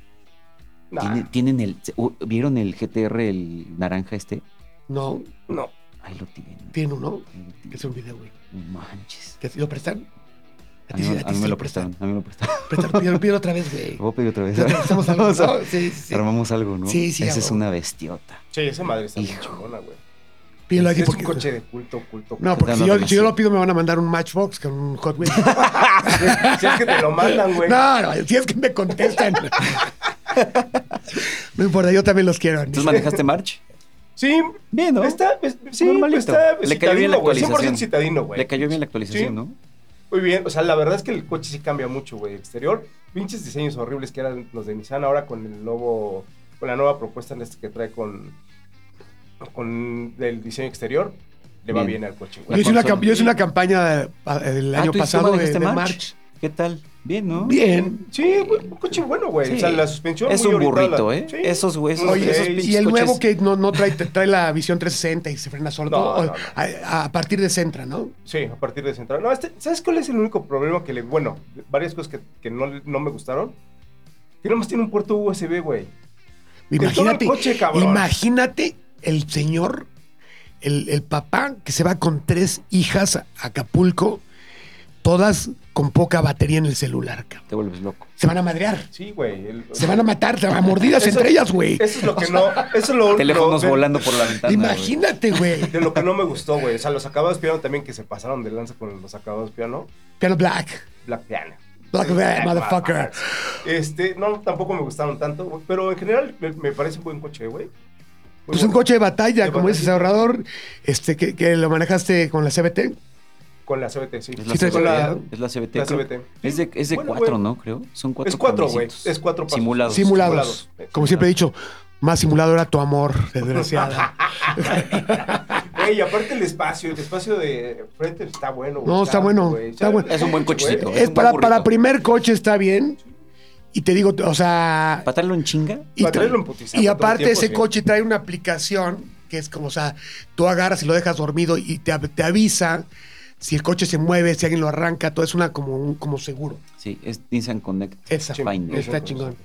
[SPEAKER 3] Nah,
[SPEAKER 4] Tiene- tienen el. se- uh, ¿Vieron el GTR, el naranja este?
[SPEAKER 2] No,
[SPEAKER 3] no.
[SPEAKER 4] Ahí lo tienen.
[SPEAKER 2] tienen uno.
[SPEAKER 4] Ahí lo
[SPEAKER 2] Que
[SPEAKER 4] tienen.
[SPEAKER 2] es un video, güey.
[SPEAKER 4] No manches.
[SPEAKER 2] ¿Que ¿Lo prestan?
[SPEAKER 4] A mí,
[SPEAKER 2] sí-
[SPEAKER 4] a mí
[SPEAKER 2] sí
[SPEAKER 4] me
[SPEAKER 2] te
[SPEAKER 4] lo prestaron. A mí me lo prestaron.
[SPEAKER 2] Prestan, pídelo, pídelo otra vez, güey.
[SPEAKER 4] Lo voy a pedir otra vez.
[SPEAKER 2] Te prestamos algo,
[SPEAKER 4] Vamos a-
[SPEAKER 2] ¿no? Sí, sí, sí.
[SPEAKER 4] Armamos algo, ¿no?
[SPEAKER 2] Sí, sí,
[SPEAKER 4] Esa es
[SPEAKER 2] hago.
[SPEAKER 4] una bestiota.
[SPEAKER 3] Sí, esa madre está muy
[SPEAKER 4] Hijo.
[SPEAKER 3] chingona, güey.
[SPEAKER 2] Pídelo aquí
[SPEAKER 3] Es un
[SPEAKER 2] porque...
[SPEAKER 3] coche de culto, culto.
[SPEAKER 2] No,
[SPEAKER 3] culto.
[SPEAKER 2] porque si
[SPEAKER 4] No,
[SPEAKER 2] yo,
[SPEAKER 4] no, no,
[SPEAKER 2] si yo
[SPEAKER 4] sí.
[SPEAKER 2] lo pido me van a mandar un Matchbox con un Hot Wheels.
[SPEAKER 3] Si es que te lo mandan, güey.
[SPEAKER 2] pues, no, no, si es que me contestan. no importa, yo también los quiero.
[SPEAKER 4] ¿Tú manejaste March?
[SPEAKER 3] Sí,
[SPEAKER 4] Bien, ¿no?
[SPEAKER 3] Está, es- sí, pues,
[SPEAKER 4] Normalito.
[SPEAKER 3] está
[SPEAKER 4] Le cayó bien la
[SPEAKER 3] citadino, güey, 100%
[SPEAKER 4] actualización.
[SPEAKER 3] citadino, güey.
[SPEAKER 4] Le cayó bien la actualización,
[SPEAKER 3] Sí.
[SPEAKER 4] ¿no?
[SPEAKER 3] Muy bien, o sea, la verdad es que el coche sí cambia mucho, güey. Exterior, pinches diseños horribles que eran los de Nissan, ahora con el nuevo, con la nueva propuesta en este que trae con, con el diseño exterior, le va
[SPEAKER 4] Bien.
[SPEAKER 3] bien al coche,
[SPEAKER 2] Yo
[SPEAKER 3] güey.
[SPEAKER 2] hice, una,
[SPEAKER 4] consola.
[SPEAKER 2] camp- yo hice una campaña eh, el
[SPEAKER 4] Ah,
[SPEAKER 2] año
[SPEAKER 4] ¿tú hiciste-
[SPEAKER 2] pasado
[SPEAKER 4] cómo
[SPEAKER 2] de,
[SPEAKER 4] dejaste
[SPEAKER 2] de
[SPEAKER 4] March?
[SPEAKER 2] March.
[SPEAKER 4] ¿Qué tal? Bien, ¿no?
[SPEAKER 2] Bien.
[SPEAKER 3] Sí, güey, un coche bueno, güey.
[SPEAKER 4] Sí.
[SPEAKER 3] O sea, la suspensión
[SPEAKER 4] Es
[SPEAKER 3] muy
[SPEAKER 4] un
[SPEAKER 3] orientada a la-
[SPEAKER 4] burrito, ¿eh? Esos, güey, esos-
[SPEAKER 3] Oye,
[SPEAKER 2] Oye,
[SPEAKER 4] esos pinches
[SPEAKER 2] y el
[SPEAKER 4] coches-
[SPEAKER 2] nuevo que no, no trae, te- trae la visión 360 y se frena solo.
[SPEAKER 3] No,
[SPEAKER 2] o-
[SPEAKER 3] no, no.
[SPEAKER 2] A, a partir de Centra, ¿no?
[SPEAKER 3] Sí, a partir de central. No, este- ¿sabes cuál es el único problema que le. Bueno, varias cosas que, que no, no me gustaron. Que nomás tiene un puerto USB, güey. todo el
[SPEAKER 2] Imagínate,
[SPEAKER 3] coche, cabrón.
[SPEAKER 2] imagínate el señor, el, el papá que se va con tres hijas a Acapulco, todas con poca batería en el celular, cabrón.
[SPEAKER 4] Te vuelves loco.
[SPEAKER 2] Se van a madrear.
[SPEAKER 3] Sí, güey. el-
[SPEAKER 2] Se van a matar, se van a mordidas
[SPEAKER 3] Eso-
[SPEAKER 2] entre ellas, güey.
[SPEAKER 3] Eso es lo que no. Eso es lo
[SPEAKER 4] Teléfonos
[SPEAKER 3] lo- de-
[SPEAKER 4] volando por la ventana. güey.
[SPEAKER 2] Imagínate, güey.
[SPEAKER 3] De lo que no me gustó, güey. O sea, los acabados piano también que se pasaron de lanza con los acabados piano.
[SPEAKER 2] Piano Black.
[SPEAKER 3] Black Piano.
[SPEAKER 2] Black Bear, motherfucker.
[SPEAKER 3] Este, no, tampoco me gustaron tanto, güey, pero en general me, me parece un buen coche, güey. Muy
[SPEAKER 2] Pues un
[SPEAKER 3] bueno.
[SPEAKER 2] coche de batalla,
[SPEAKER 3] De
[SPEAKER 2] como dices,
[SPEAKER 3] batalla.
[SPEAKER 2] ahorrador, este, que, que lo manejaste con la CBT.
[SPEAKER 3] Con la CBT, sí.
[SPEAKER 4] Es
[SPEAKER 2] Sí,
[SPEAKER 4] la,
[SPEAKER 2] traes
[SPEAKER 3] Con la-
[SPEAKER 4] CBT, es la CBT.
[SPEAKER 3] la
[SPEAKER 4] creo.
[SPEAKER 3] CBT.
[SPEAKER 4] Es de, es de
[SPEAKER 3] Bueno,
[SPEAKER 4] cuatro,
[SPEAKER 3] güey.
[SPEAKER 4] ¿no? Creo. Son cuatro.
[SPEAKER 3] Es cuatro, güey.
[SPEAKER 4] camioncitos.
[SPEAKER 3] Es cuatro pasos.
[SPEAKER 4] Simulados.
[SPEAKER 2] Simulados.
[SPEAKER 3] Simulados.
[SPEAKER 2] Como siempre he dicho, más simulado era tu amor, desgraciada.
[SPEAKER 3] Güey, y aparte el espacio, el espacio de frente está bueno. güey.
[SPEAKER 2] No, está bueno,
[SPEAKER 3] güey.
[SPEAKER 2] está bueno.
[SPEAKER 4] Es un buen
[SPEAKER 3] güey.
[SPEAKER 4] cochecito.
[SPEAKER 2] es
[SPEAKER 4] un
[SPEAKER 2] para,
[SPEAKER 4] burrito.
[SPEAKER 2] para primer coche está bien. Y te digo, o sea,
[SPEAKER 4] ¿Para traerlo en chinga?
[SPEAKER 2] Y,
[SPEAKER 3] Para
[SPEAKER 2] tra-
[SPEAKER 3] traerlo en putiza,
[SPEAKER 2] y
[SPEAKER 3] para todo
[SPEAKER 2] aparte
[SPEAKER 3] el tiempo,
[SPEAKER 2] ese
[SPEAKER 3] sí.
[SPEAKER 2] coche trae una aplicación que es como, o sea, tú agarras y lo dejas dormido y te, av- te avisa si el coche se mueve, si alguien lo arranca, todo es una como un como seguro.
[SPEAKER 4] Sí, es Nissan Connect.
[SPEAKER 2] Esa
[SPEAKER 4] Sí, Finder.
[SPEAKER 2] está chingón.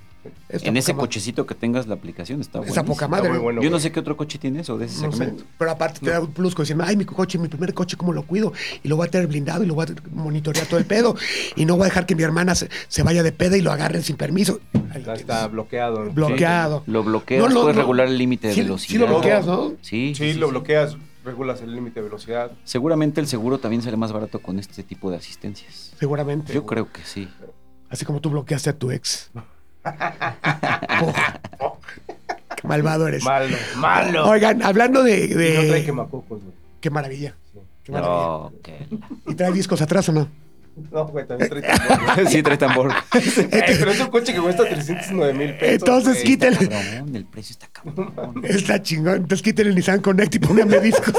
[SPEAKER 2] Está
[SPEAKER 4] en
[SPEAKER 2] poca
[SPEAKER 4] ese
[SPEAKER 2] madre.
[SPEAKER 4] cochecito que tengas la aplicación está bueno.
[SPEAKER 2] Está poca madre.
[SPEAKER 3] Está muy bueno,
[SPEAKER 4] Yo no
[SPEAKER 3] güey.
[SPEAKER 4] sé qué otro coche tiene eso de ese
[SPEAKER 2] No sé,
[SPEAKER 4] segmento.
[SPEAKER 2] pero aparte te da un plus como diciendo, ay, mi coche, mi primer coche, ¿cómo lo cuido? Y lo voy a tener blindado y lo voy a monitorear todo el pedo. Y no voy a dejar que mi hermana se, se vaya de peda y lo agarren sin permiso. Ahí lo
[SPEAKER 3] Ya Está
[SPEAKER 2] tienes.
[SPEAKER 3] bloqueado.
[SPEAKER 2] bloqueado.
[SPEAKER 4] Lo bloqueas,
[SPEAKER 2] No, no,
[SPEAKER 4] puedes
[SPEAKER 2] no.
[SPEAKER 4] regular el límite de
[SPEAKER 2] Sí,
[SPEAKER 4] velocidad.
[SPEAKER 2] sí lo bloqueas, ¿no?
[SPEAKER 4] Sí,
[SPEAKER 3] Sí,
[SPEAKER 4] sí, sí,
[SPEAKER 3] lo
[SPEAKER 4] sí.
[SPEAKER 3] bloqueas, regulas el límite de velocidad.
[SPEAKER 4] Seguramente el seguro también sale más barato con este tipo de asistencias.
[SPEAKER 2] Seguramente.
[SPEAKER 4] Yo creo que sí.
[SPEAKER 2] Así como tú bloqueaste a tu ex. Poja. Qué malvado eres.
[SPEAKER 3] Malo, malo.
[SPEAKER 2] Oigan, hablando de.
[SPEAKER 3] Y
[SPEAKER 2] de-
[SPEAKER 3] no trae quemacocos, güey.
[SPEAKER 2] Qué maravilla. Qué maravilla.
[SPEAKER 4] No, que la-
[SPEAKER 2] ¿Y trae discos atrás o no?
[SPEAKER 3] No, güey, también trae tambor, güey.
[SPEAKER 4] sí, trae tambor.
[SPEAKER 3] Ey, pero es un coche que cuesta 309 mil pesos.
[SPEAKER 2] Entonces
[SPEAKER 3] güey.
[SPEAKER 2] quítale.
[SPEAKER 4] Cabrón, el precio está cabrón.
[SPEAKER 2] Está chingón. Entonces quiten el Nissan Connect y pónganme discos.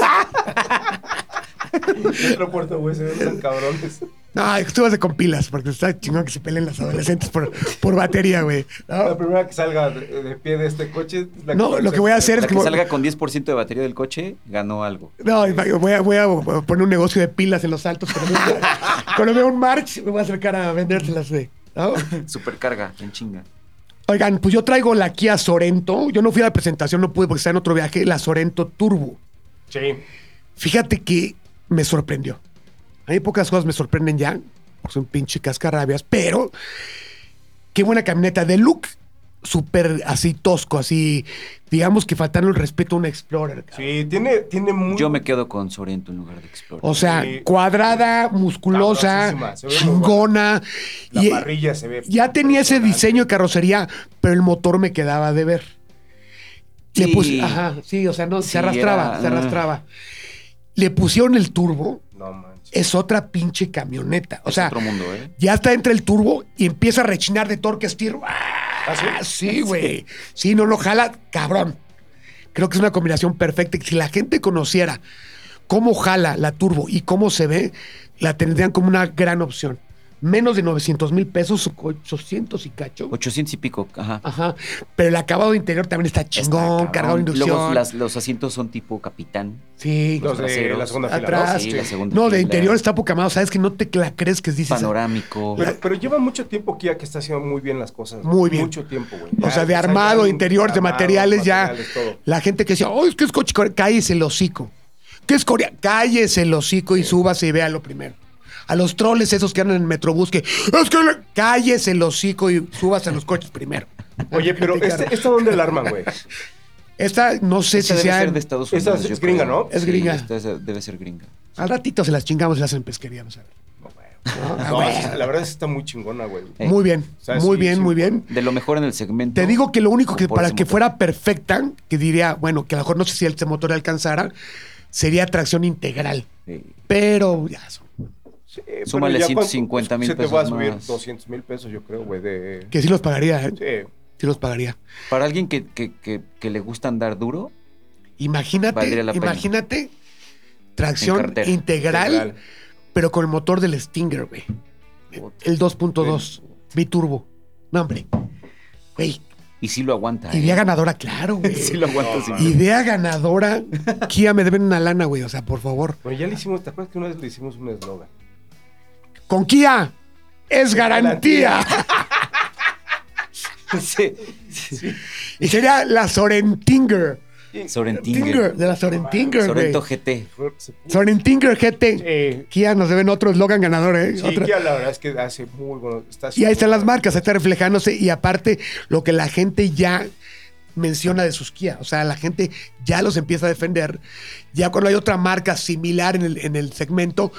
[SPEAKER 3] Otro puerto USB, están cabrones.
[SPEAKER 2] No, tú vas de compilas, porque está chingón que se peleen las adolescentes por, por batería, güey.
[SPEAKER 3] La
[SPEAKER 2] ¿No?
[SPEAKER 3] primera que salga de, de pie de este coche. es la
[SPEAKER 2] No,
[SPEAKER 3] va
[SPEAKER 2] lo que voy a hacer
[SPEAKER 4] La
[SPEAKER 2] es
[SPEAKER 4] que
[SPEAKER 2] como-
[SPEAKER 4] salga con 10% de batería del coche ganó algo.
[SPEAKER 2] No, y va- voy a, voy a poner un negocio de pilas en los altos. Cuando vea, cuando vea un March, me voy a acercar a vendérselas, güey. ¿No?
[SPEAKER 4] Supercarga, en chinga.
[SPEAKER 2] Oigan, pues yo traigo la Kia Sorento. Yo no fui a la presentación, no pude porque estaba en otro viaje. La Sorento Turbo.
[SPEAKER 3] Sí.
[SPEAKER 2] Fíjate que me sorprendió. A mí pocas cosas me sorprenden ya, porque soy un pinche cascarrabias, pero qué buena camioneta de look. Súper así tosco, así, digamos que faltando el respeto a una Explorer. cabrón.
[SPEAKER 3] Sí, tiene, tiene muy.
[SPEAKER 4] Yo me quedo con Sorento en lugar de Explorer.
[SPEAKER 2] O sea,
[SPEAKER 3] Sí.
[SPEAKER 2] cuadrada, musculosa,
[SPEAKER 3] Sabrosísima, se ve muy
[SPEAKER 2] chingona.
[SPEAKER 3] La
[SPEAKER 2] Y-
[SPEAKER 3] parrilla se ve.
[SPEAKER 2] ya tenía ese
[SPEAKER 3] impresionante.
[SPEAKER 2] diseño de carrocería, pero el motor me quedaba de ver. Le
[SPEAKER 4] Sí.
[SPEAKER 2] puse, ajá, sí, o sea, no,
[SPEAKER 4] Sí,
[SPEAKER 2] se arrastraba,
[SPEAKER 4] era-
[SPEAKER 3] ah.
[SPEAKER 2] se arrastraba. Le pusieron el turbo,
[SPEAKER 3] No manches.
[SPEAKER 2] es otra pinche camioneta. O
[SPEAKER 4] Es
[SPEAKER 2] sea,
[SPEAKER 4] otro mundo, ¿eh?
[SPEAKER 2] ya está entre el turbo y empieza a rechinar de torque a estirro. ¡Ah!
[SPEAKER 3] ¿Ah, sí?
[SPEAKER 2] sí, güey. Sí, no lo jala, cabrón. Creo que es una combinación perfecta. Si la gente conociera cómo jala la turbo y cómo se ve, la tendrían como una gran opción. Menos de 900 mil pesos, 800 y cacho.
[SPEAKER 4] 800 y pico, ajá.
[SPEAKER 2] Ajá. Pero el acabado interior también está
[SPEAKER 4] Está
[SPEAKER 2] Ah, chingón,
[SPEAKER 4] cabrón.
[SPEAKER 2] cargado de inducción.
[SPEAKER 4] Luego las- los asientos son tipo capitán.
[SPEAKER 2] sí.
[SPEAKER 3] Los de
[SPEAKER 4] traseros.
[SPEAKER 3] la segunda fila.
[SPEAKER 2] Atrás.
[SPEAKER 4] Sí, la segunda
[SPEAKER 2] no, de
[SPEAKER 4] fila.
[SPEAKER 2] interior está poca madre. O sea, es que no te la crees que dices.
[SPEAKER 4] Panorámico.
[SPEAKER 3] Pero, pero lleva mucho tiempo Kia que está haciendo muy bien las cosas.
[SPEAKER 2] Muy
[SPEAKER 3] güey.
[SPEAKER 2] bien.
[SPEAKER 3] Mucho tiempo, güey.
[SPEAKER 2] O
[SPEAKER 3] Ya,
[SPEAKER 2] sea, de
[SPEAKER 3] ya
[SPEAKER 2] armado,
[SPEAKER 3] un-
[SPEAKER 2] interior, de
[SPEAKER 3] armado,
[SPEAKER 2] materiales, ya.
[SPEAKER 3] todo.
[SPEAKER 2] La gente que decía, oh, es que es coche coreano, cállese el hocico. ¿Qué es Corea? Cállese el hocico y súbase y véalo primero. A los troles esos que andan en el Metrobús que, es que le-". cállese el hocico y súbase a los coches primero.
[SPEAKER 3] Oye, pero este, ¿esta dónde la arman, güey?
[SPEAKER 2] Esta no sé
[SPEAKER 4] Esta
[SPEAKER 2] si
[SPEAKER 4] debe
[SPEAKER 2] sea...
[SPEAKER 4] ser de Estados
[SPEAKER 3] Esa
[SPEAKER 4] Unidos.
[SPEAKER 3] es
[SPEAKER 4] yo
[SPEAKER 3] gringa,
[SPEAKER 4] creo.
[SPEAKER 3] ¿no?
[SPEAKER 2] Es gringa.
[SPEAKER 4] Sí, esta es- debe ser gringa.
[SPEAKER 2] Al ratito se las chingamos y las hacen pesquería, vamos a ver.
[SPEAKER 3] No, güey.
[SPEAKER 2] ¿no? Ah,
[SPEAKER 3] No,
[SPEAKER 2] bueno.
[SPEAKER 3] sí, la verdad sí está muy chingona, güey.
[SPEAKER 4] Eh.
[SPEAKER 2] Muy bien,
[SPEAKER 3] O sea,
[SPEAKER 2] muy
[SPEAKER 3] sí,
[SPEAKER 2] bien,
[SPEAKER 3] sí.
[SPEAKER 2] muy bien.
[SPEAKER 4] De lo mejor en el segmento.
[SPEAKER 2] Te digo que lo único que
[SPEAKER 4] Por
[SPEAKER 2] para
[SPEAKER 4] ese
[SPEAKER 2] que
[SPEAKER 4] motor.
[SPEAKER 2] fuera perfecta, que diría, bueno, que a lo mejor no sé si este motor alcanzara, sería tracción integral.
[SPEAKER 4] Sí.
[SPEAKER 2] Pero ya son
[SPEAKER 3] Sí, pero
[SPEAKER 4] Súmale
[SPEAKER 3] ya cuánto-
[SPEAKER 4] 150 mil
[SPEAKER 3] se te va a
[SPEAKER 4] pesos
[SPEAKER 3] subir
[SPEAKER 4] más.
[SPEAKER 3] 200 mil pesos, yo creo, güey, de...
[SPEAKER 2] Que sí los pagaría, ¿eh?
[SPEAKER 3] Sí.
[SPEAKER 2] Sí los pagaría.
[SPEAKER 4] Para alguien que, que- que- que le gusta andar duro,
[SPEAKER 2] Imagínate,
[SPEAKER 4] Valdría la pena.
[SPEAKER 2] imagínate,
[SPEAKER 4] En
[SPEAKER 2] tracción
[SPEAKER 4] carretera,
[SPEAKER 2] integral,
[SPEAKER 3] Integral.
[SPEAKER 2] pero con el motor del Stinger, güey. El 2.2, biturbo. No, hombre. Güey,
[SPEAKER 4] y sí lo aguanta. ¿eh?
[SPEAKER 2] idea ganadora, claro, güey.
[SPEAKER 4] Sí lo aguanta. sí.
[SPEAKER 2] Idea ganadora. Kia, me deben una lana, güey. O sea, por favor.
[SPEAKER 3] Bueno, ya le hicimos, ¿te acuerdas que una vez le hicimos un eslogan?
[SPEAKER 2] Con Kia es garantía.
[SPEAKER 4] Sí, sí.
[SPEAKER 2] Y sería la Sorentinger.
[SPEAKER 4] Sorentinger.
[SPEAKER 2] Tinger, de la Sorentinger, güey.
[SPEAKER 4] Sorento GT.
[SPEAKER 2] Sorentinger GT.
[SPEAKER 3] Sí,
[SPEAKER 2] Kia nos deben otro eslogan ganador, ¿eh?
[SPEAKER 3] sí,
[SPEAKER 2] Otra-
[SPEAKER 3] Kia, la verdad es que hace muy bueno. está
[SPEAKER 2] Y ahí están las
[SPEAKER 3] súper-
[SPEAKER 2] marcas, ahí está reflejándose. Y aparte, lo que la gente ya menciona de sus Kia. O sea, la gente ya los empieza a defender. Ya cuando hay otra marca similar en el, en el segmento,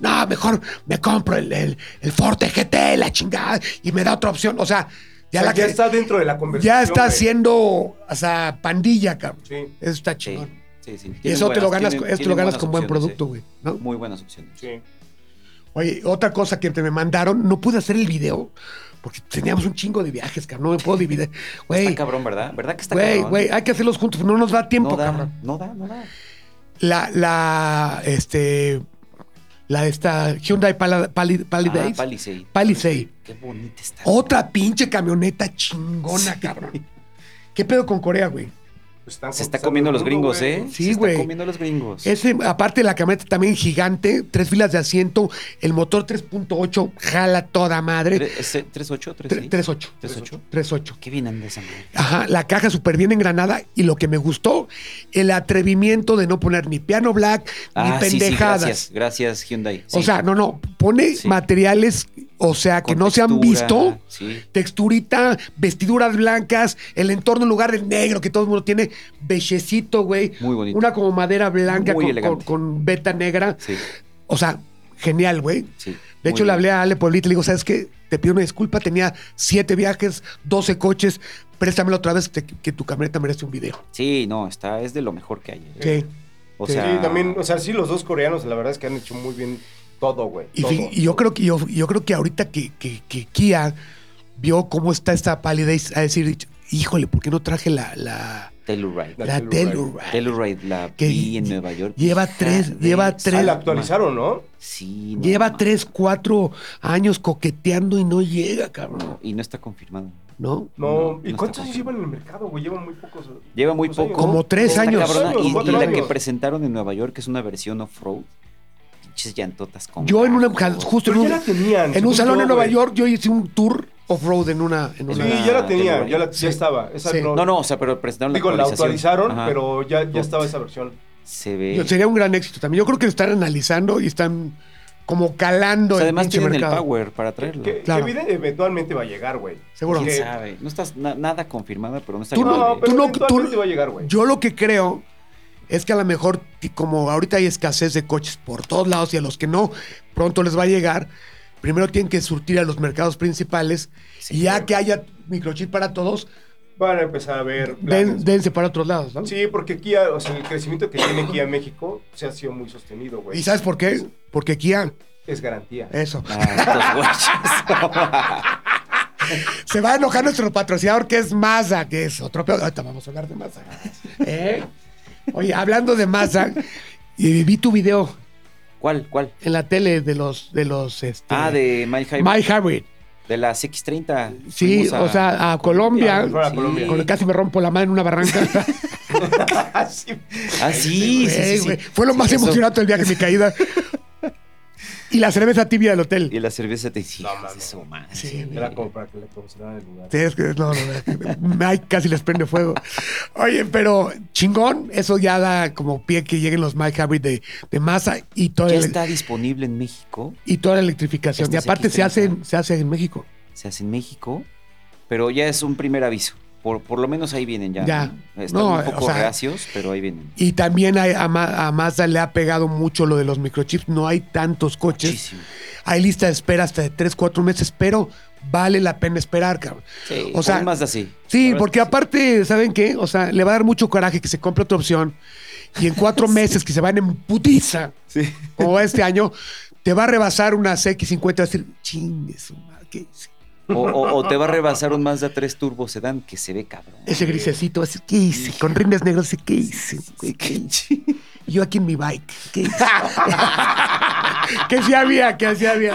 [SPEAKER 2] no, mejor me compro el, el, el Forte GT, la chingada, y me da otra opción. O sea, ya
[SPEAKER 3] O sea,
[SPEAKER 2] la
[SPEAKER 3] ya
[SPEAKER 2] que-
[SPEAKER 3] está dentro de la conversación.
[SPEAKER 2] ya está
[SPEAKER 3] güey.
[SPEAKER 2] haciendo, o sea, pandilla, cabrón.
[SPEAKER 3] Sí,
[SPEAKER 2] Eso está
[SPEAKER 4] Sí,
[SPEAKER 2] chingón.
[SPEAKER 4] sí, sí.
[SPEAKER 2] y
[SPEAKER 4] Tienen
[SPEAKER 2] eso te lo
[SPEAKER 4] buenas,
[SPEAKER 2] ganas,
[SPEAKER 4] tienen-
[SPEAKER 2] esto lo
[SPEAKER 4] tienen
[SPEAKER 2] ganas
[SPEAKER 4] buenas
[SPEAKER 2] con buen
[SPEAKER 4] opciones,
[SPEAKER 2] producto,
[SPEAKER 4] sí.
[SPEAKER 2] güey. ¿no?
[SPEAKER 4] Muy buenas opciones.
[SPEAKER 3] sí.
[SPEAKER 2] Oye, otra cosa que te me mandaron, no pude hacer el video porque teníamos un chingo de viajes, cabrón. No me puedo dividir. Güey,
[SPEAKER 4] Está cabrón, ¿verdad? ¿Verdad que está
[SPEAKER 2] güey,
[SPEAKER 4] cabrón?
[SPEAKER 2] güey, hay que hacerlos juntos, no nos da tiempo,
[SPEAKER 4] no da,
[SPEAKER 2] cabrón.
[SPEAKER 4] no da, no da.
[SPEAKER 2] La, la, este, la de esta Hyundai Pala- Pali- Palisades.
[SPEAKER 4] Ah, Palisade.
[SPEAKER 2] Palisade.
[SPEAKER 4] Qué bonita está.
[SPEAKER 2] Otra pinche camioneta chingona,
[SPEAKER 4] Sí.
[SPEAKER 2] cabrón. ¿Qué pedo con Corea, güey?
[SPEAKER 3] Pues están
[SPEAKER 4] Se está
[SPEAKER 3] conquistando
[SPEAKER 4] comiendo
[SPEAKER 3] el
[SPEAKER 4] los
[SPEAKER 3] mundo,
[SPEAKER 4] gringos, ¿eh?
[SPEAKER 2] Sí,
[SPEAKER 4] Se
[SPEAKER 2] güey.
[SPEAKER 4] está comiendo los gringos.
[SPEAKER 2] Ese, aparte de la camioneta también gigante, tres filas de asiento, el motor 3.8 jala toda madre.
[SPEAKER 4] Tre- ese- ¿3.8? ¿3.6?
[SPEAKER 2] Tre- 3.8.
[SPEAKER 4] 3.8.
[SPEAKER 2] 3.8.
[SPEAKER 4] Qué bien anda esa madre.
[SPEAKER 2] Ajá, la caja súper bien engranada y lo que me gustó, el atrevimiento de no poner ni piano black ni
[SPEAKER 4] Ah, sí, sí,
[SPEAKER 2] pendejadas.
[SPEAKER 4] gracias. Gracias, Hyundai.
[SPEAKER 2] O
[SPEAKER 4] Sí.
[SPEAKER 2] sea, no, no, pone
[SPEAKER 4] Sí.
[SPEAKER 2] materiales, o sea, que
[SPEAKER 4] Con
[SPEAKER 2] no se han
[SPEAKER 4] textura,
[SPEAKER 2] visto,
[SPEAKER 4] Sí.
[SPEAKER 2] texturita, vestiduras blancas, el entorno en lugar del negro que todo el mundo tiene, bellecito, güey.
[SPEAKER 4] Muy bonito.
[SPEAKER 2] Una como madera blanca con-
[SPEAKER 4] Muy
[SPEAKER 2] con,
[SPEAKER 4] elegante.
[SPEAKER 2] con beta negra.
[SPEAKER 4] Sí,
[SPEAKER 2] O sea, genial, güey.
[SPEAKER 4] sí.
[SPEAKER 2] De
[SPEAKER 4] Muy
[SPEAKER 2] hecho, le
[SPEAKER 4] bien.
[SPEAKER 2] hablé a Ale Pueblito y le digo, ¿sabes qué? Te pido una disculpa, tenía siete viajes, 12 coches, préstamelo otra vez que, que tu camioneta merece un video.
[SPEAKER 4] Sí, no, está, es de lo mejor que hay. ¿eh?
[SPEAKER 2] Sí.
[SPEAKER 4] O
[SPEAKER 2] Sí,
[SPEAKER 4] sea,
[SPEAKER 3] Sí, también, o sea, sí, los dos coreanos, la verdad es que han hecho muy bien todo, güey.
[SPEAKER 2] Y,
[SPEAKER 3] todo.
[SPEAKER 2] fi- y yo creo que yo, yo creo que ahorita que, que- que Kia vio cómo está esta palidez, a decir, híjole, ¿por qué no traje la, la,
[SPEAKER 4] Telluride.
[SPEAKER 3] La
[SPEAKER 2] la,
[SPEAKER 3] Telluride.
[SPEAKER 2] Telluride?
[SPEAKER 4] Telluride, la
[SPEAKER 2] Que
[SPEAKER 4] vi en
[SPEAKER 2] lle-
[SPEAKER 4] Nueva York. Ah,
[SPEAKER 2] lleva
[SPEAKER 4] Hija
[SPEAKER 2] tres-
[SPEAKER 4] de
[SPEAKER 2] lleva
[SPEAKER 4] su
[SPEAKER 2] tres-
[SPEAKER 3] Ah, la
[SPEAKER 4] madre.
[SPEAKER 3] actualizaron, ¿no?
[SPEAKER 4] Sí. no
[SPEAKER 2] Lleva
[SPEAKER 4] mames.
[SPEAKER 2] tres, cuatro años coqueteando y no llega, cabrón.
[SPEAKER 4] Y no está confirmado.
[SPEAKER 2] ¿no?
[SPEAKER 3] No.
[SPEAKER 4] No,
[SPEAKER 3] ¿Y
[SPEAKER 4] no
[SPEAKER 3] cuántos
[SPEAKER 4] está
[SPEAKER 3] años llevan en el mercado, güey? Llevan muy pocos.
[SPEAKER 4] Lleva muy
[SPEAKER 3] pocos
[SPEAKER 4] poco.
[SPEAKER 3] años, Pues ¿no?
[SPEAKER 2] Como tres
[SPEAKER 3] Está
[SPEAKER 2] años.
[SPEAKER 4] cabrona.
[SPEAKER 3] años,
[SPEAKER 4] Y, y
[SPEAKER 3] cuatro
[SPEAKER 4] la que
[SPEAKER 3] años.
[SPEAKER 4] presentaron en Nueva York es una versión off-road. Pinches llantotas con.
[SPEAKER 2] Yo en una
[SPEAKER 4] gajos.
[SPEAKER 2] justo en
[SPEAKER 3] Pero
[SPEAKER 2] un,
[SPEAKER 3] ya la tenían.
[SPEAKER 2] en un
[SPEAKER 3] según
[SPEAKER 2] salón
[SPEAKER 3] yo,
[SPEAKER 2] en Nueva
[SPEAKER 3] güey.
[SPEAKER 2] York, yo hice un tour off-road en una, en
[SPEAKER 3] Sí,
[SPEAKER 2] una-
[SPEAKER 4] una
[SPEAKER 3] ya la tenían,
[SPEAKER 4] Telluride.
[SPEAKER 3] ya, la,
[SPEAKER 2] Sí.
[SPEAKER 3] ya estaba. Esa
[SPEAKER 2] Sí.
[SPEAKER 3] no-
[SPEAKER 4] Ah, No, no, o sea, pero presentaron
[SPEAKER 3] Digo, la actualizaron,
[SPEAKER 4] Ajá.
[SPEAKER 3] pero ya,
[SPEAKER 4] No.
[SPEAKER 3] ya estaba esa versión.
[SPEAKER 4] Se ve.
[SPEAKER 2] Yo- Sería un gran éxito también. Yo creo que lo están analizando y están como calando
[SPEAKER 4] O sea,
[SPEAKER 2] el
[SPEAKER 4] además
[SPEAKER 2] pinche
[SPEAKER 4] tienen
[SPEAKER 2] mercado.
[SPEAKER 4] el power para traerlo.
[SPEAKER 3] Que,
[SPEAKER 2] Claro.
[SPEAKER 3] que evide- eventualmente va a llegar, güey.
[SPEAKER 2] Seguro.
[SPEAKER 4] ¿Quién
[SPEAKER 3] Que-
[SPEAKER 4] sabe? No estás na- nada confirmada, pero no está
[SPEAKER 2] Tú
[SPEAKER 4] grave.
[SPEAKER 3] No, pero
[SPEAKER 2] Tú no-
[SPEAKER 3] eventualmente
[SPEAKER 2] tú-
[SPEAKER 3] va a llegar, güey.
[SPEAKER 2] Yo lo que creo es que a lo mejor, que como ahorita hay escasez de coches por todos lados y a los que no, pronto les va a llegar. Primero tienen que surtir a los mercados principales
[SPEAKER 4] Sí.
[SPEAKER 2] y ya que haya microchip para todos,
[SPEAKER 3] Van a empezar a ver.
[SPEAKER 2] den-
[SPEAKER 3] planes.
[SPEAKER 2] dense para otros lados. ¿no?
[SPEAKER 3] Sí, porque Kia, o sea, el crecimiento que tiene Kia en México se ha sido muy sostenido, güey.
[SPEAKER 2] ¿Y sabes por Eh. qué? Porque Kia,
[SPEAKER 3] Es garantía.
[SPEAKER 2] eso.
[SPEAKER 4] Ah, estos güeyes.
[SPEAKER 2] Se va a enojar nuestro patrocinador que es Mazda, que es otro peor. Ahorita vamos a hablar de Mazda. ¿Eh? Oye, hablando de Mazda, y vi tu video
[SPEAKER 4] ¿Cuál? ¿Cuál?
[SPEAKER 2] en la tele de los de los este,
[SPEAKER 4] Ah, de My High.
[SPEAKER 2] My Hybrid.
[SPEAKER 4] De las X30.
[SPEAKER 2] Sí,
[SPEAKER 4] Fuimos
[SPEAKER 2] o sea, a Colombia.
[SPEAKER 3] Fueron a Colombia.
[SPEAKER 2] con el casi me rompo la mano en una barranca.
[SPEAKER 3] Ah, sí.
[SPEAKER 4] Ah, sí, sí, sí,
[SPEAKER 2] Güey,
[SPEAKER 4] sí.
[SPEAKER 2] güey, Fue lo
[SPEAKER 4] Sí,
[SPEAKER 2] más
[SPEAKER 4] eso.
[SPEAKER 2] emocionante del viaje de mi caída. y la cerveza tibia del hotel.
[SPEAKER 4] Y la cerveza te dice,
[SPEAKER 3] No,
[SPEAKER 4] "Hijos
[SPEAKER 3] mames.
[SPEAKER 4] de su madre".
[SPEAKER 2] Sí,
[SPEAKER 4] güey.
[SPEAKER 3] Era como para que le promocionaran el lugar.
[SPEAKER 2] Sí, es que- no, no, no, ay, casi les prende fuego. Oye, pero chingón, eso ya da como pie que lleguen los My Hybrid de, de masa y toda,
[SPEAKER 4] Ya
[SPEAKER 2] la-
[SPEAKER 4] está disponible en México.
[SPEAKER 2] y toda la electrificación.
[SPEAKER 4] Este
[SPEAKER 2] y aparte
[SPEAKER 4] es
[SPEAKER 2] se hace,
[SPEAKER 4] X30.
[SPEAKER 2] se hace en México.
[SPEAKER 4] Se hace en México. Pero ya es un primer aviso. Por, por lo menos ahí vienen ya.
[SPEAKER 2] Ya.
[SPEAKER 4] ¿no? Están
[SPEAKER 2] No,
[SPEAKER 4] un poco
[SPEAKER 2] o sea-
[SPEAKER 4] reacios, pero ahí vienen.
[SPEAKER 2] Y también hay- a, Ma- a Mazda le ha pegado mucho lo de los microchips. No hay tantos coches.
[SPEAKER 4] Muchísimo.
[SPEAKER 2] Hay lista de espera hasta de 3, 4 meses, pero vale la pena esperar, cabrón.
[SPEAKER 4] Sí,
[SPEAKER 2] O sea,
[SPEAKER 4] con Mazda sí.
[SPEAKER 2] Sí,
[SPEAKER 4] La verdad
[SPEAKER 2] porque
[SPEAKER 4] es que sí.
[SPEAKER 2] aparte, ¿saben qué? O sea, le va a dar mucho coraje que se compre otra opción y en cuatro meses que se van en putiza,
[SPEAKER 4] Sí.
[SPEAKER 2] como va este año, te va a rebasar una CX50 y va a decir, chingue su madre, ¿qué hice?".
[SPEAKER 4] O, o- o te va a rebasar un Mazda 3 Turbo Sedan que se ve cabrón.
[SPEAKER 2] Ese grisecito, así, ¿qué hice? Con rines negros, así, ¿qué hice? güey? ¿Qué hice? Y Yo aquí en mi bike, ¿qué hice? que sí había, que sí había.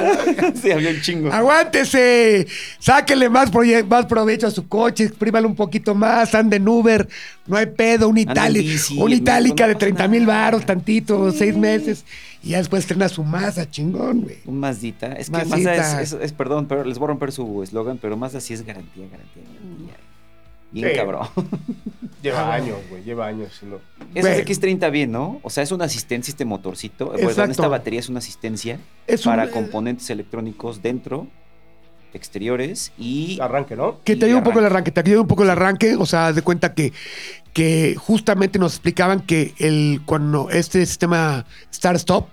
[SPEAKER 4] sí, había un chingo.
[SPEAKER 2] Aguántese, sáquele más, proye- más provecho a su coche, exprímale un poquito más, ande en Uber, no hay pedo, un
[SPEAKER 4] Anda en
[SPEAKER 2] Itali-
[SPEAKER 4] bici,
[SPEAKER 2] una
[SPEAKER 4] en metro,
[SPEAKER 2] itálica
[SPEAKER 4] no
[SPEAKER 2] de
[SPEAKER 4] pasa
[SPEAKER 2] 30 mil
[SPEAKER 4] nada.
[SPEAKER 2] baros, tantito, seis meses, y ya después estrena su masa, chingón, güey.
[SPEAKER 4] Un Mazdita. Es que
[SPEAKER 2] Mazdita.
[SPEAKER 4] Mazda es, es- es- perdón, pero les voy a romper su eslogan, pero Mazda sí es garantía, garantía, garantía.
[SPEAKER 2] Mm.
[SPEAKER 4] Bien
[SPEAKER 3] Sí.
[SPEAKER 4] cabrón.
[SPEAKER 3] Lleva años, güey, lleva años. si no.
[SPEAKER 4] Esa
[SPEAKER 2] Bueno.
[SPEAKER 4] X30 bien, ¿no? O sea, es una asistencia este motorcito. eh,
[SPEAKER 2] Exacto.
[SPEAKER 4] Perdón, esta batería es una asistencia
[SPEAKER 2] Es un-
[SPEAKER 4] para
[SPEAKER 2] eh,
[SPEAKER 4] componentes electrónicos dentro, exteriores y...
[SPEAKER 3] Arranque, ¿no?
[SPEAKER 2] Que te
[SPEAKER 4] y
[SPEAKER 2] ayude un poco el
[SPEAKER 4] arranque.
[SPEAKER 2] arranque, te ayude un poco el arranque, o sea, haz de cuenta que, que justamente nos explicaban que el, cuando este sistema Start-Stop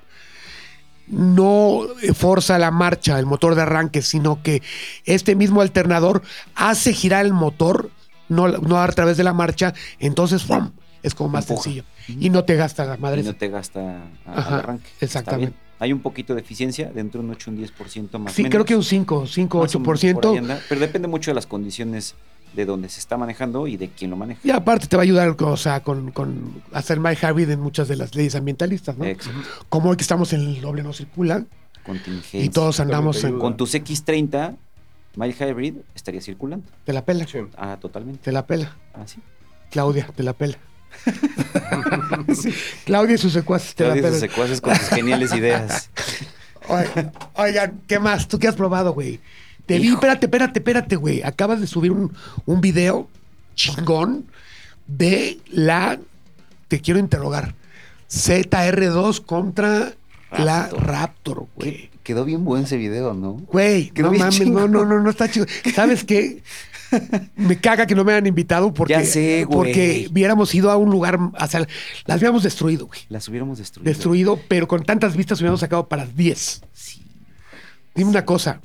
[SPEAKER 2] no forza la marcha, el motor de arranque, sino que este mismo alternador hace girar el motor, no, no a través de la marcha, entonces ¡fum! es como más
[SPEAKER 4] Empuja.
[SPEAKER 2] sencillo. Y no te gasta la madre.
[SPEAKER 4] y no te gasta a-
[SPEAKER 2] Ajá,
[SPEAKER 4] al arranque. Está
[SPEAKER 2] exactamente.
[SPEAKER 4] bien. Hay un poquito de eficiencia, dentro un 8, un 10% más
[SPEAKER 2] sí,
[SPEAKER 4] menos.
[SPEAKER 2] creo que un 5, 5,
[SPEAKER 4] Más o menos por ahí
[SPEAKER 2] 8%.
[SPEAKER 4] anda, pero depende mucho de las condiciones de donde se está manejando y de quién lo maneja.
[SPEAKER 2] Y aparte te va a ayudar, o sea, con, con hacer my habit en muchas de las leyes ambientalistas, ¿no?
[SPEAKER 4] Exacto.
[SPEAKER 2] como hoy que estamos en el doble no circula
[SPEAKER 4] Contingencia.
[SPEAKER 2] y todos andamos en,
[SPEAKER 3] ayuda.
[SPEAKER 4] Con tus X30, Mile Hybrid estaría circulando.
[SPEAKER 2] te la pela,
[SPEAKER 3] Sí.
[SPEAKER 4] Ah, totalmente. Ah,
[SPEAKER 2] te la pela,
[SPEAKER 4] Así.
[SPEAKER 2] Claudia, te la pela. Claudia y sus secuaces te la
[SPEAKER 4] Claudio y
[SPEAKER 2] pela.
[SPEAKER 4] sus secuaces con sus geniales ideas.
[SPEAKER 2] Oigan, oigan, ¿qué más? ¿Tú qué has probado, güey? Te vi, espérate, espérate, espérate, güey. Acabas de subir un, un video chingón de la, te quiero interrogar, ZR2 contra la
[SPEAKER 4] Raptor.
[SPEAKER 2] Raptor, güey.
[SPEAKER 4] Quedó bien buen ese video, ¿no?
[SPEAKER 2] Güey,
[SPEAKER 4] Quedó
[SPEAKER 2] no
[SPEAKER 4] bien
[SPEAKER 2] mames,
[SPEAKER 4] chingón.
[SPEAKER 2] no, no, no, no está chido. ¿Sabes qué? Me caga que no me hayan invitado porque,
[SPEAKER 4] Ya sé, güey.
[SPEAKER 2] porque hubiéramos ido a un lugar, o sea, las hubiéramos destruido, güey.
[SPEAKER 4] Las hubiéramos destruido.
[SPEAKER 2] Destruido, pero con tantas vistas hubiéramos sacado para 10.
[SPEAKER 4] Sí.
[SPEAKER 2] Dime una cosa.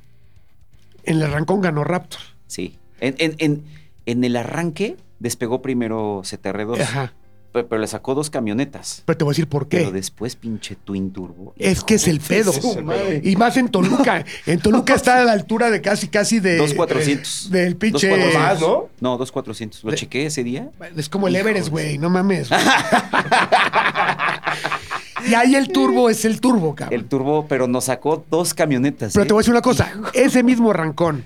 [SPEAKER 2] En el arrancón ganó Raptor.
[SPEAKER 4] Sí. En, en- en- en el arranque despegó primero CTR2,
[SPEAKER 2] Ajá.
[SPEAKER 4] pe- pero le sacó dos camionetas.
[SPEAKER 2] Pero te voy a decir por
[SPEAKER 4] Pero
[SPEAKER 2] qué.
[SPEAKER 4] después pinche Twin Turbo.
[SPEAKER 2] Es que es el pedo.
[SPEAKER 3] Ese es el pedo.
[SPEAKER 2] Y más en Toluca. En Toluca está a la altura de casi, casi de.
[SPEAKER 4] 2400.
[SPEAKER 2] Eh, Del pinche.
[SPEAKER 4] 2400.
[SPEAKER 3] Más, ¿no?
[SPEAKER 4] No, 2400. Lo
[SPEAKER 2] De-
[SPEAKER 4] chequé ese día.
[SPEAKER 2] Es como el Everest, güey, no mames. güey. y ahí el turbo es el turbo, cabrón.
[SPEAKER 4] El turbo, pero nos sacó dos camionetas.
[SPEAKER 2] Pero
[SPEAKER 4] ¿eh?
[SPEAKER 2] te voy a decir una cosa, ese mismo rancón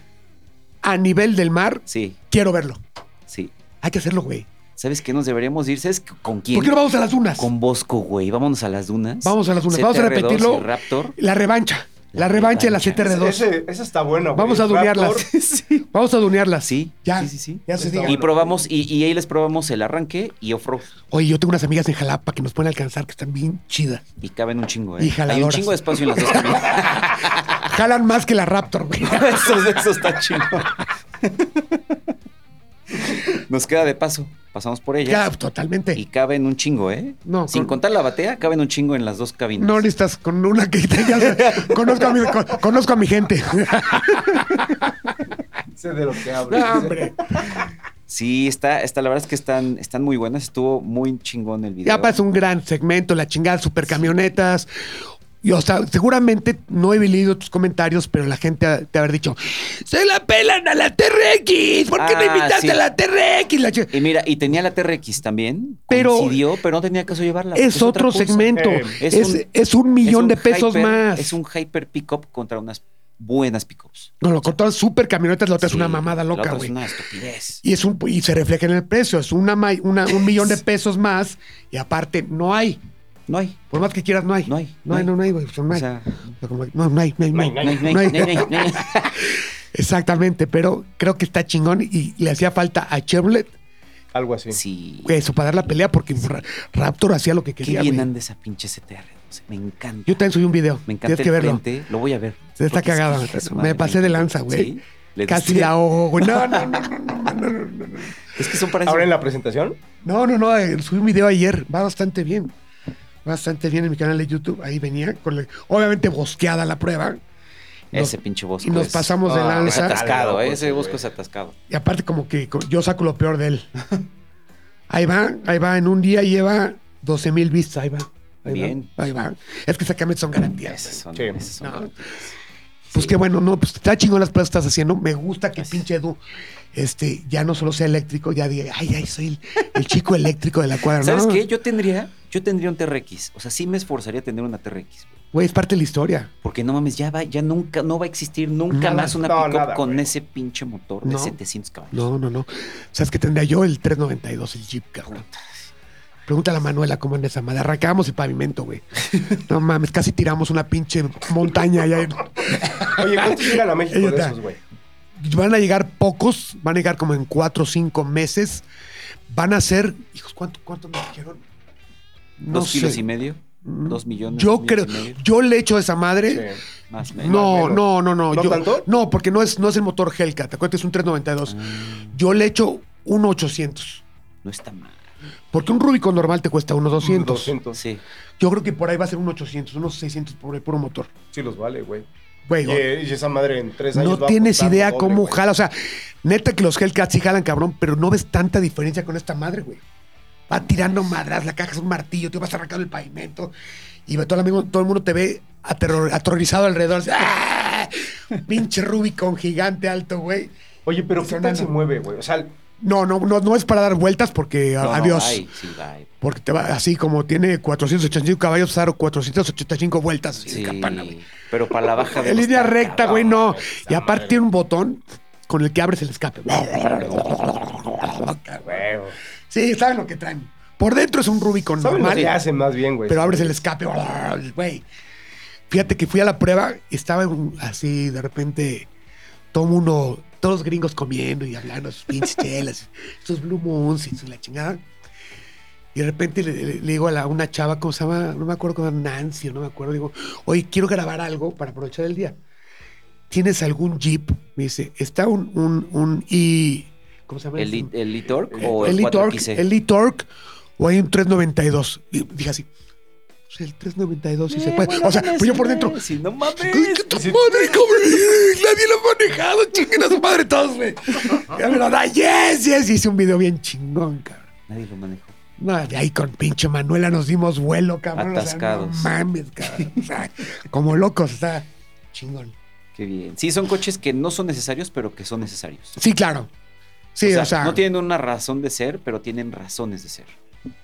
[SPEAKER 2] a nivel del mar,
[SPEAKER 4] Sí,
[SPEAKER 2] quiero verlo.
[SPEAKER 4] sí.
[SPEAKER 2] Hay que hacerlo, güey.
[SPEAKER 4] ¿Sabes qué nos deberíamos ir? ¿Sabes con quién?
[SPEAKER 2] ¿Por qué no vamos a las dunas?
[SPEAKER 4] Con Bosco, güey. Vámonos a las dunas.
[SPEAKER 2] Vamos a las dunas. Vamos a
[SPEAKER 4] CTR2 y
[SPEAKER 2] repetirlo.
[SPEAKER 4] Raptor.
[SPEAKER 2] La revancha. La,
[SPEAKER 4] La
[SPEAKER 2] revancha de la
[SPEAKER 4] revancha.
[SPEAKER 2] CTR2.
[SPEAKER 3] Ese, ese está bueno, güey.
[SPEAKER 2] Vamos a dunearlas.
[SPEAKER 3] Raptor,
[SPEAKER 4] sí.
[SPEAKER 2] Vamos a dunearlas.
[SPEAKER 4] Sí,
[SPEAKER 2] Ya.
[SPEAKER 4] sí, sí, sí.
[SPEAKER 2] Ya se
[SPEAKER 3] Está
[SPEAKER 2] diga.
[SPEAKER 4] Y
[SPEAKER 3] bueno.
[SPEAKER 4] probamos, y, y ahí les probamos el arranque y off-road.
[SPEAKER 2] Oye, yo tengo unas amigas en Jalapa que nos pueden alcanzar que están bien chidas.
[SPEAKER 4] Y caben un chingo,
[SPEAKER 2] Y
[SPEAKER 4] ¿eh? Hay un
[SPEAKER 2] jaladoras.
[SPEAKER 4] chingo de espacio en las dos camionetas.
[SPEAKER 2] Jalan más que la Raptor, güey.
[SPEAKER 4] eso, eso está chido. Nos queda de paso. Pasamos por
[SPEAKER 2] Ya,
[SPEAKER 4] ellas.
[SPEAKER 2] totalmente.
[SPEAKER 4] Y caben un chingo, ¿eh?
[SPEAKER 2] No,
[SPEAKER 4] Sin
[SPEAKER 2] con-
[SPEAKER 4] contar la batea, caben un chingo en las dos cabinas.
[SPEAKER 2] No necesitas con una que tengas. conozco, a mi, con- conozco a mi gente.
[SPEAKER 3] Sé de lo que hablo.
[SPEAKER 2] No, hombre.
[SPEAKER 4] Sí, está, está, la verdad es que están, están muy buenas. Estuvo muy chingón el video.
[SPEAKER 2] Ya pasa un gran segmento, la chingada, supercamionetas. Y, o sea, seguramente no he leído tus comentarios, pero la gente ha- te haber dicho: ¡Se la pelan a la TRX! ¿Por qué no
[SPEAKER 4] Ah,
[SPEAKER 2] invitaste
[SPEAKER 4] sí.
[SPEAKER 2] a la TRX? La chi-".
[SPEAKER 4] Y mira, y tenía la TRX también.
[SPEAKER 2] Pero-
[SPEAKER 4] Pero. Coincidió, pero no tenía caso llevarla. porque
[SPEAKER 2] es otro
[SPEAKER 4] otra cosa.
[SPEAKER 2] segmento.
[SPEAKER 3] Eh,
[SPEAKER 2] es,
[SPEAKER 4] es
[SPEAKER 2] es un,
[SPEAKER 4] un-
[SPEAKER 2] millón
[SPEAKER 4] Es un
[SPEAKER 2] de pesos
[SPEAKER 4] hyper-
[SPEAKER 2] más.
[SPEAKER 4] Es un hyper pickup contra unas buenas pickups.
[SPEAKER 2] No, lo contó supercamionetas, la otra es
[SPEAKER 4] Sí,
[SPEAKER 2] una mamada
[SPEAKER 4] la
[SPEAKER 2] loca,
[SPEAKER 4] otra
[SPEAKER 2] güey.
[SPEAKER 4] Es una estupidez.
[SPEAKER 2] Y, es un, y se refleja en el precio. Es una, ma- una- un millón de pesos más. Y aparte, no hay.
[SPEAKER 4] No hay.
[SPEAKER 2] Por más que quieras, no hay.
[SPEAKER 4] No hay,
[SPEAKER 2] No hay, no, no hay, güey. No
[SPEAKER 4] O
[SPEAKER 2] hay.
[SPEAKER 4] sea,
[SPEAKER 2] Como- no, no hay, no hay, no hay.
[SPEAKER 4] no hay, no
[SPEAKER 2] No
[SPEAKER 4] hay, no
[SPEAKER 2] hay.
[SPEAKER 4] hay, no hay, no hay.
[SPEAKER 2] Exactamente, pero creo que está chingón y le hacía falta a Chevrolet
[SPEAKER 3] Algo así.
[SPEAKER 4] Sí.
[SPEAKER 2] eso para dar la pelea porque Ra- Raptor hacía lo que
[SPEAKER 4] Qué
[SPEAKER 2] Pues, quería.
[SPEAKER 4] bien
[SPEAKER 2] güey.
[SPEAKER 4] anda esa pinche CTR. no sé, Me encanta.
[SPEAKER 2] Yo también subí un video.
[SPEAKER 4] me encanta
[SPEAKER 2] Tienes
[SPEAKER 4] el
[SPEAKER 2] que verlo.
[SPEAKER 4] frente, Lo voy a ver.
[SPEAKER 2] Se está
[SPEAKER 4] Porque es que,
[SPEAKER 2] cagado.
[SPEAKER 4] hija de su
[SPEAKER 2] Me
[SPEAKER 4] madre,
[SPEAKER 2] pasé de
[SPEAKER 4] encanta.
[SPEAKER 2] lanza, güey.
[SPEAKER 4] Sí, le
[SPEAKER 2] Casi
[SPEAKER 4] diste-
[SPEAKER 2] la ahogo, güey. No, no, no, no,
[SPEAKER 4] Es que son para eso.
[SPEAKER 3] Ahora en la presentación,
[SPEAKER 2] no, no, no, eh, subí un video ayer. Va bastante bien. Bastante bien en mi canal de YouTube. Ahí venía, con la- obviamente bosqueada la prueba. Nos-
[SPEAKER 4] Ese pinche bosco.
[SPEAKER 2] y nos
[SPEAKER 4] es-
[SPEAKER 2] pasamos de
[SPEAKER 3] Ah,
[SPEAKER 4] Es
[SPEAKER 2] lanza.
[SPEAKER 4] atascado,
[SPEAKER 3] Claro,
[SPEAKER 4] ¿eh? ese
[SPEAKER 3] pues,
[SPEAKER 4] bosco
[SPEAKER 3] güey.
[SPEAKER 4] es atascado.
[SPEAKER 2] Y aparte como que co- yo saco lo peor de él. Ahí va, ahí va, en un día lleva 12 mil vistas, ahí va. Ahí
[SPEAKER 4] Bien.
[SPEAKER 2] Va, ahí va. Es que sacame son garantías.
[SPEAKER 4] Esas son,
[SPEAKER 3] Sí.
[SPEAKER 4] esas son
[SPEAKER 2] No.
[SPEAKER 4] garantías.
[SPEAKER 2] Pues qué bueno, no, pues está chingón las pruebas que estás haciendo. Me gusta que
[SPEAKER 4] Gracias.
[SPEAKER 2] pinche Edu este, ya no solo sea eléctrico, ya diga, ay, ay, soy el, el chico eléctrico de la cuadra.
[SPEAKER 4] ¿Sabes
[SPEAKER 2] no,
[SPEAKER 4] qué? Yo tendría, yo tendría un TRX. O sea, sí me esforzaría a tener una TRX. güey.
[SPEAKER 2] Güey, es parte de la historia.
[SPEAKER 4] Porque no mames, ya va, ya nunca, no va a existir nunca
[SPEAKER 2] Nada.
[SPEAKER 4] más una
[SPEAKER 3] No,
[SPEAKER 4] pickup
[SPEAKER 3] nada,
[SPEAKER 4] con
[SPEAKER 3] güey.
[SPEAKER 4] ese pinche motor de
[SPEAKER 2] No.
[SPEAKER 4] 700 caballos.
[SPEAKER 2] No, no, no. ¿Sabes qué tendría yo? El 392, el Jeep, cabrón. Pregúntale a Manuela cómo anda esa madre. Arrancábamos el pavimento, güey. No mames, casi tiramos una pinche montaña allá. en-
[SPEAKER 3] oye, ¿cuántos llegan a México
[SPEAKER 2] Ahí
[SPEAKER 3] de
[SPEAKER 2] está.
[SPEAKER 3] esos, güey?
[SPEAKER 2] van a llegar pocos, van a llegar como en cuatro o cinco meses. Van a ser, hijos, ¿cuánto, cuánto me dijeron? No
[SPEAKER 4] dos
[SPEAKER 2] sé. Mm.
[SPEAKER 4] kilos y medio, dos millones.
[SPEAKER 2] Yo
[SPEAKER 4] millones
[SPEAKER 2] creo,
[SPEAKER 4] y medio,
[SPEAKER 2] yo le echo a esa madre.
[SPEAKER 3] Sí.
[SPEAKER 4] más, menos.
[SPEAKER 2] No,
[SPEAKER 3] menos.
[SPEAKER 2] no, no, no.
[SPEAKER 3] ¿No
[SPEAKER 2] yo-
[SPEAKER 3] tanto?
[SPEAKER 2] No, porque no es, no es el motor Hellcat, te acuerdas, es un 392.
[SPEAKER 3] Ah.
[SPEAKER 2] Yo le echo un 800.
[SPEAKER 4] No está mal.
[SPEAKER 2] Porque un Rubicon normal te cuesta unos 200.
[SPEAKER 3] 200.
[SPEAKER 4] Sí.
[SPEAKER 2] Yo creo que por ahí va a ser un 800, unos 600 por el puro motor.
[SPEAKER 3] Sí los vale, güey.
[SPEAKER 2] Güey,
[SPEAKER 3] Y, eh, y esa madre en
[SPEAKER 4] pues
[SPEAKER 3] tres años
[SPEAKER 2] no
[SPEAKER 3] va a
[SPEAKER 2] tienes
[SPEAKER 3] costar
[SPEAKER 2] idea
[SPEAKER 3] lo doble,
[SPEAKER 2] cómo
[SPEAKER 3] güey.
[SPEAKER 2] jala. O sea, neta que los Hellcats sí jalan cabrón, pero no ves tanta diferencia con esta madre, güey. Va tirando madras, la caja es un martillo, te vas arrancando el pavimento. Y ve- todo, el amigo- todo el mundo te ve aterror- aterrorizado alrededor. así, ¡ah! Pinche Rubicon gigante alto, güey.
[SPEAKER 3] Oye, pero ¿qué
[SPEAKER 2] Sonando.
[SPEAKER 3] tal se mueve, güey? O sea,
[SPEAKER 2] No, no, no, no es para dar vueltas porque a-
[SPEAKER 4] No, no,
[SPEAKER 2] Ah, adiós.
[SPEAKER 4] bye, sí, bye.
[SPEAKER 2] porque te va así como tiene 485 caballos, dar 485 vueltas. así de
[SPEAKER 4] Sí,
[SPEAKER 2] campana, güey.
[SPEAKER 4] pero para la baja de
[SPEAKER 2] En
[SPEAKER 4] los
[SPEAKER 2] línea
[SPEAKER 4] tan
[SPEAKER 2] recta,
[SPEAKER 4] cabrón.
[SPEAKER 2] güey, no. Y aparte
[SPEAKER 3] madre.
[SPEAKER 2] tiene un botón con el que abres el escape.
[SPEAKER 3] güey.
[SPEAKER 2] Sí, saben lo que traen. Por dentro es un Rubicon
[SPEAKER 3] ¿Saben lo
[SPEAKER 2] normal,
[SPEAKER 3] que hacen más bien, güey?
[SPEAKER 2] pero abres el escape. Güey. Fíjate que fui a la prueba, estaba un- así de repente todo uno, todos los gringos comiendo y hablando de sus pinches chelas, sus Blue Moons y su la chingada. Y de repente le, le- le digo a la- una chava, ¿cómo se llama? No me acuerdo cómo se llama, Nancy, o no me acuerdo. Digo, oye, quiero grabar algo para aprovechar el día. ¿Tienes algún Jeep? Me dice, está un, un, un I. ¿Cómo se llama?
[SPEAKER 4] ¿El,
[SPEAKER 2] ese?
[SPEAKER 4] I- el e o el,
[SPEAKER 2] el e-torque
[SPEAKER 4] 415?
[SPEAKER 2] el e-torque o hay un 392 Y dije así pues el 392 sí
[SPEAKER 4] Eh,
[SPEAKER 2] se puede o sea pues yo por dentro
[SPEAKER 4] Si no
[SPEAKER 2] ¿Qué,
[SPEAKER 4] mames.
[SPEAKER 2] qué tu madre, cabrón? Nadie lo ha manejado, chinguen a su madre todos, güey. Ya me lo da, "Ah, yes, yes. Hice un video bien chingón, cabrón.
[SPEAKER 4] Nadie lo manejó.
[SPEAKER 2] No, de ahí con pinche Manuela nos dimos vuelo, cabrón. O sea,
[SPEAKER 4] Atascados.
[SPEAKER 2] no mames, cabrón. O sea, como locos, está chingón.
[SPEAKER 4] Qué bien. Sí, son coches que no son necesarios, pero que son necesarios.
[SPEAKER 2] Sí, claro. Sí, o sea,
[SPEAKER 4] no tienen una razón de ser, pero tienen razones de ser.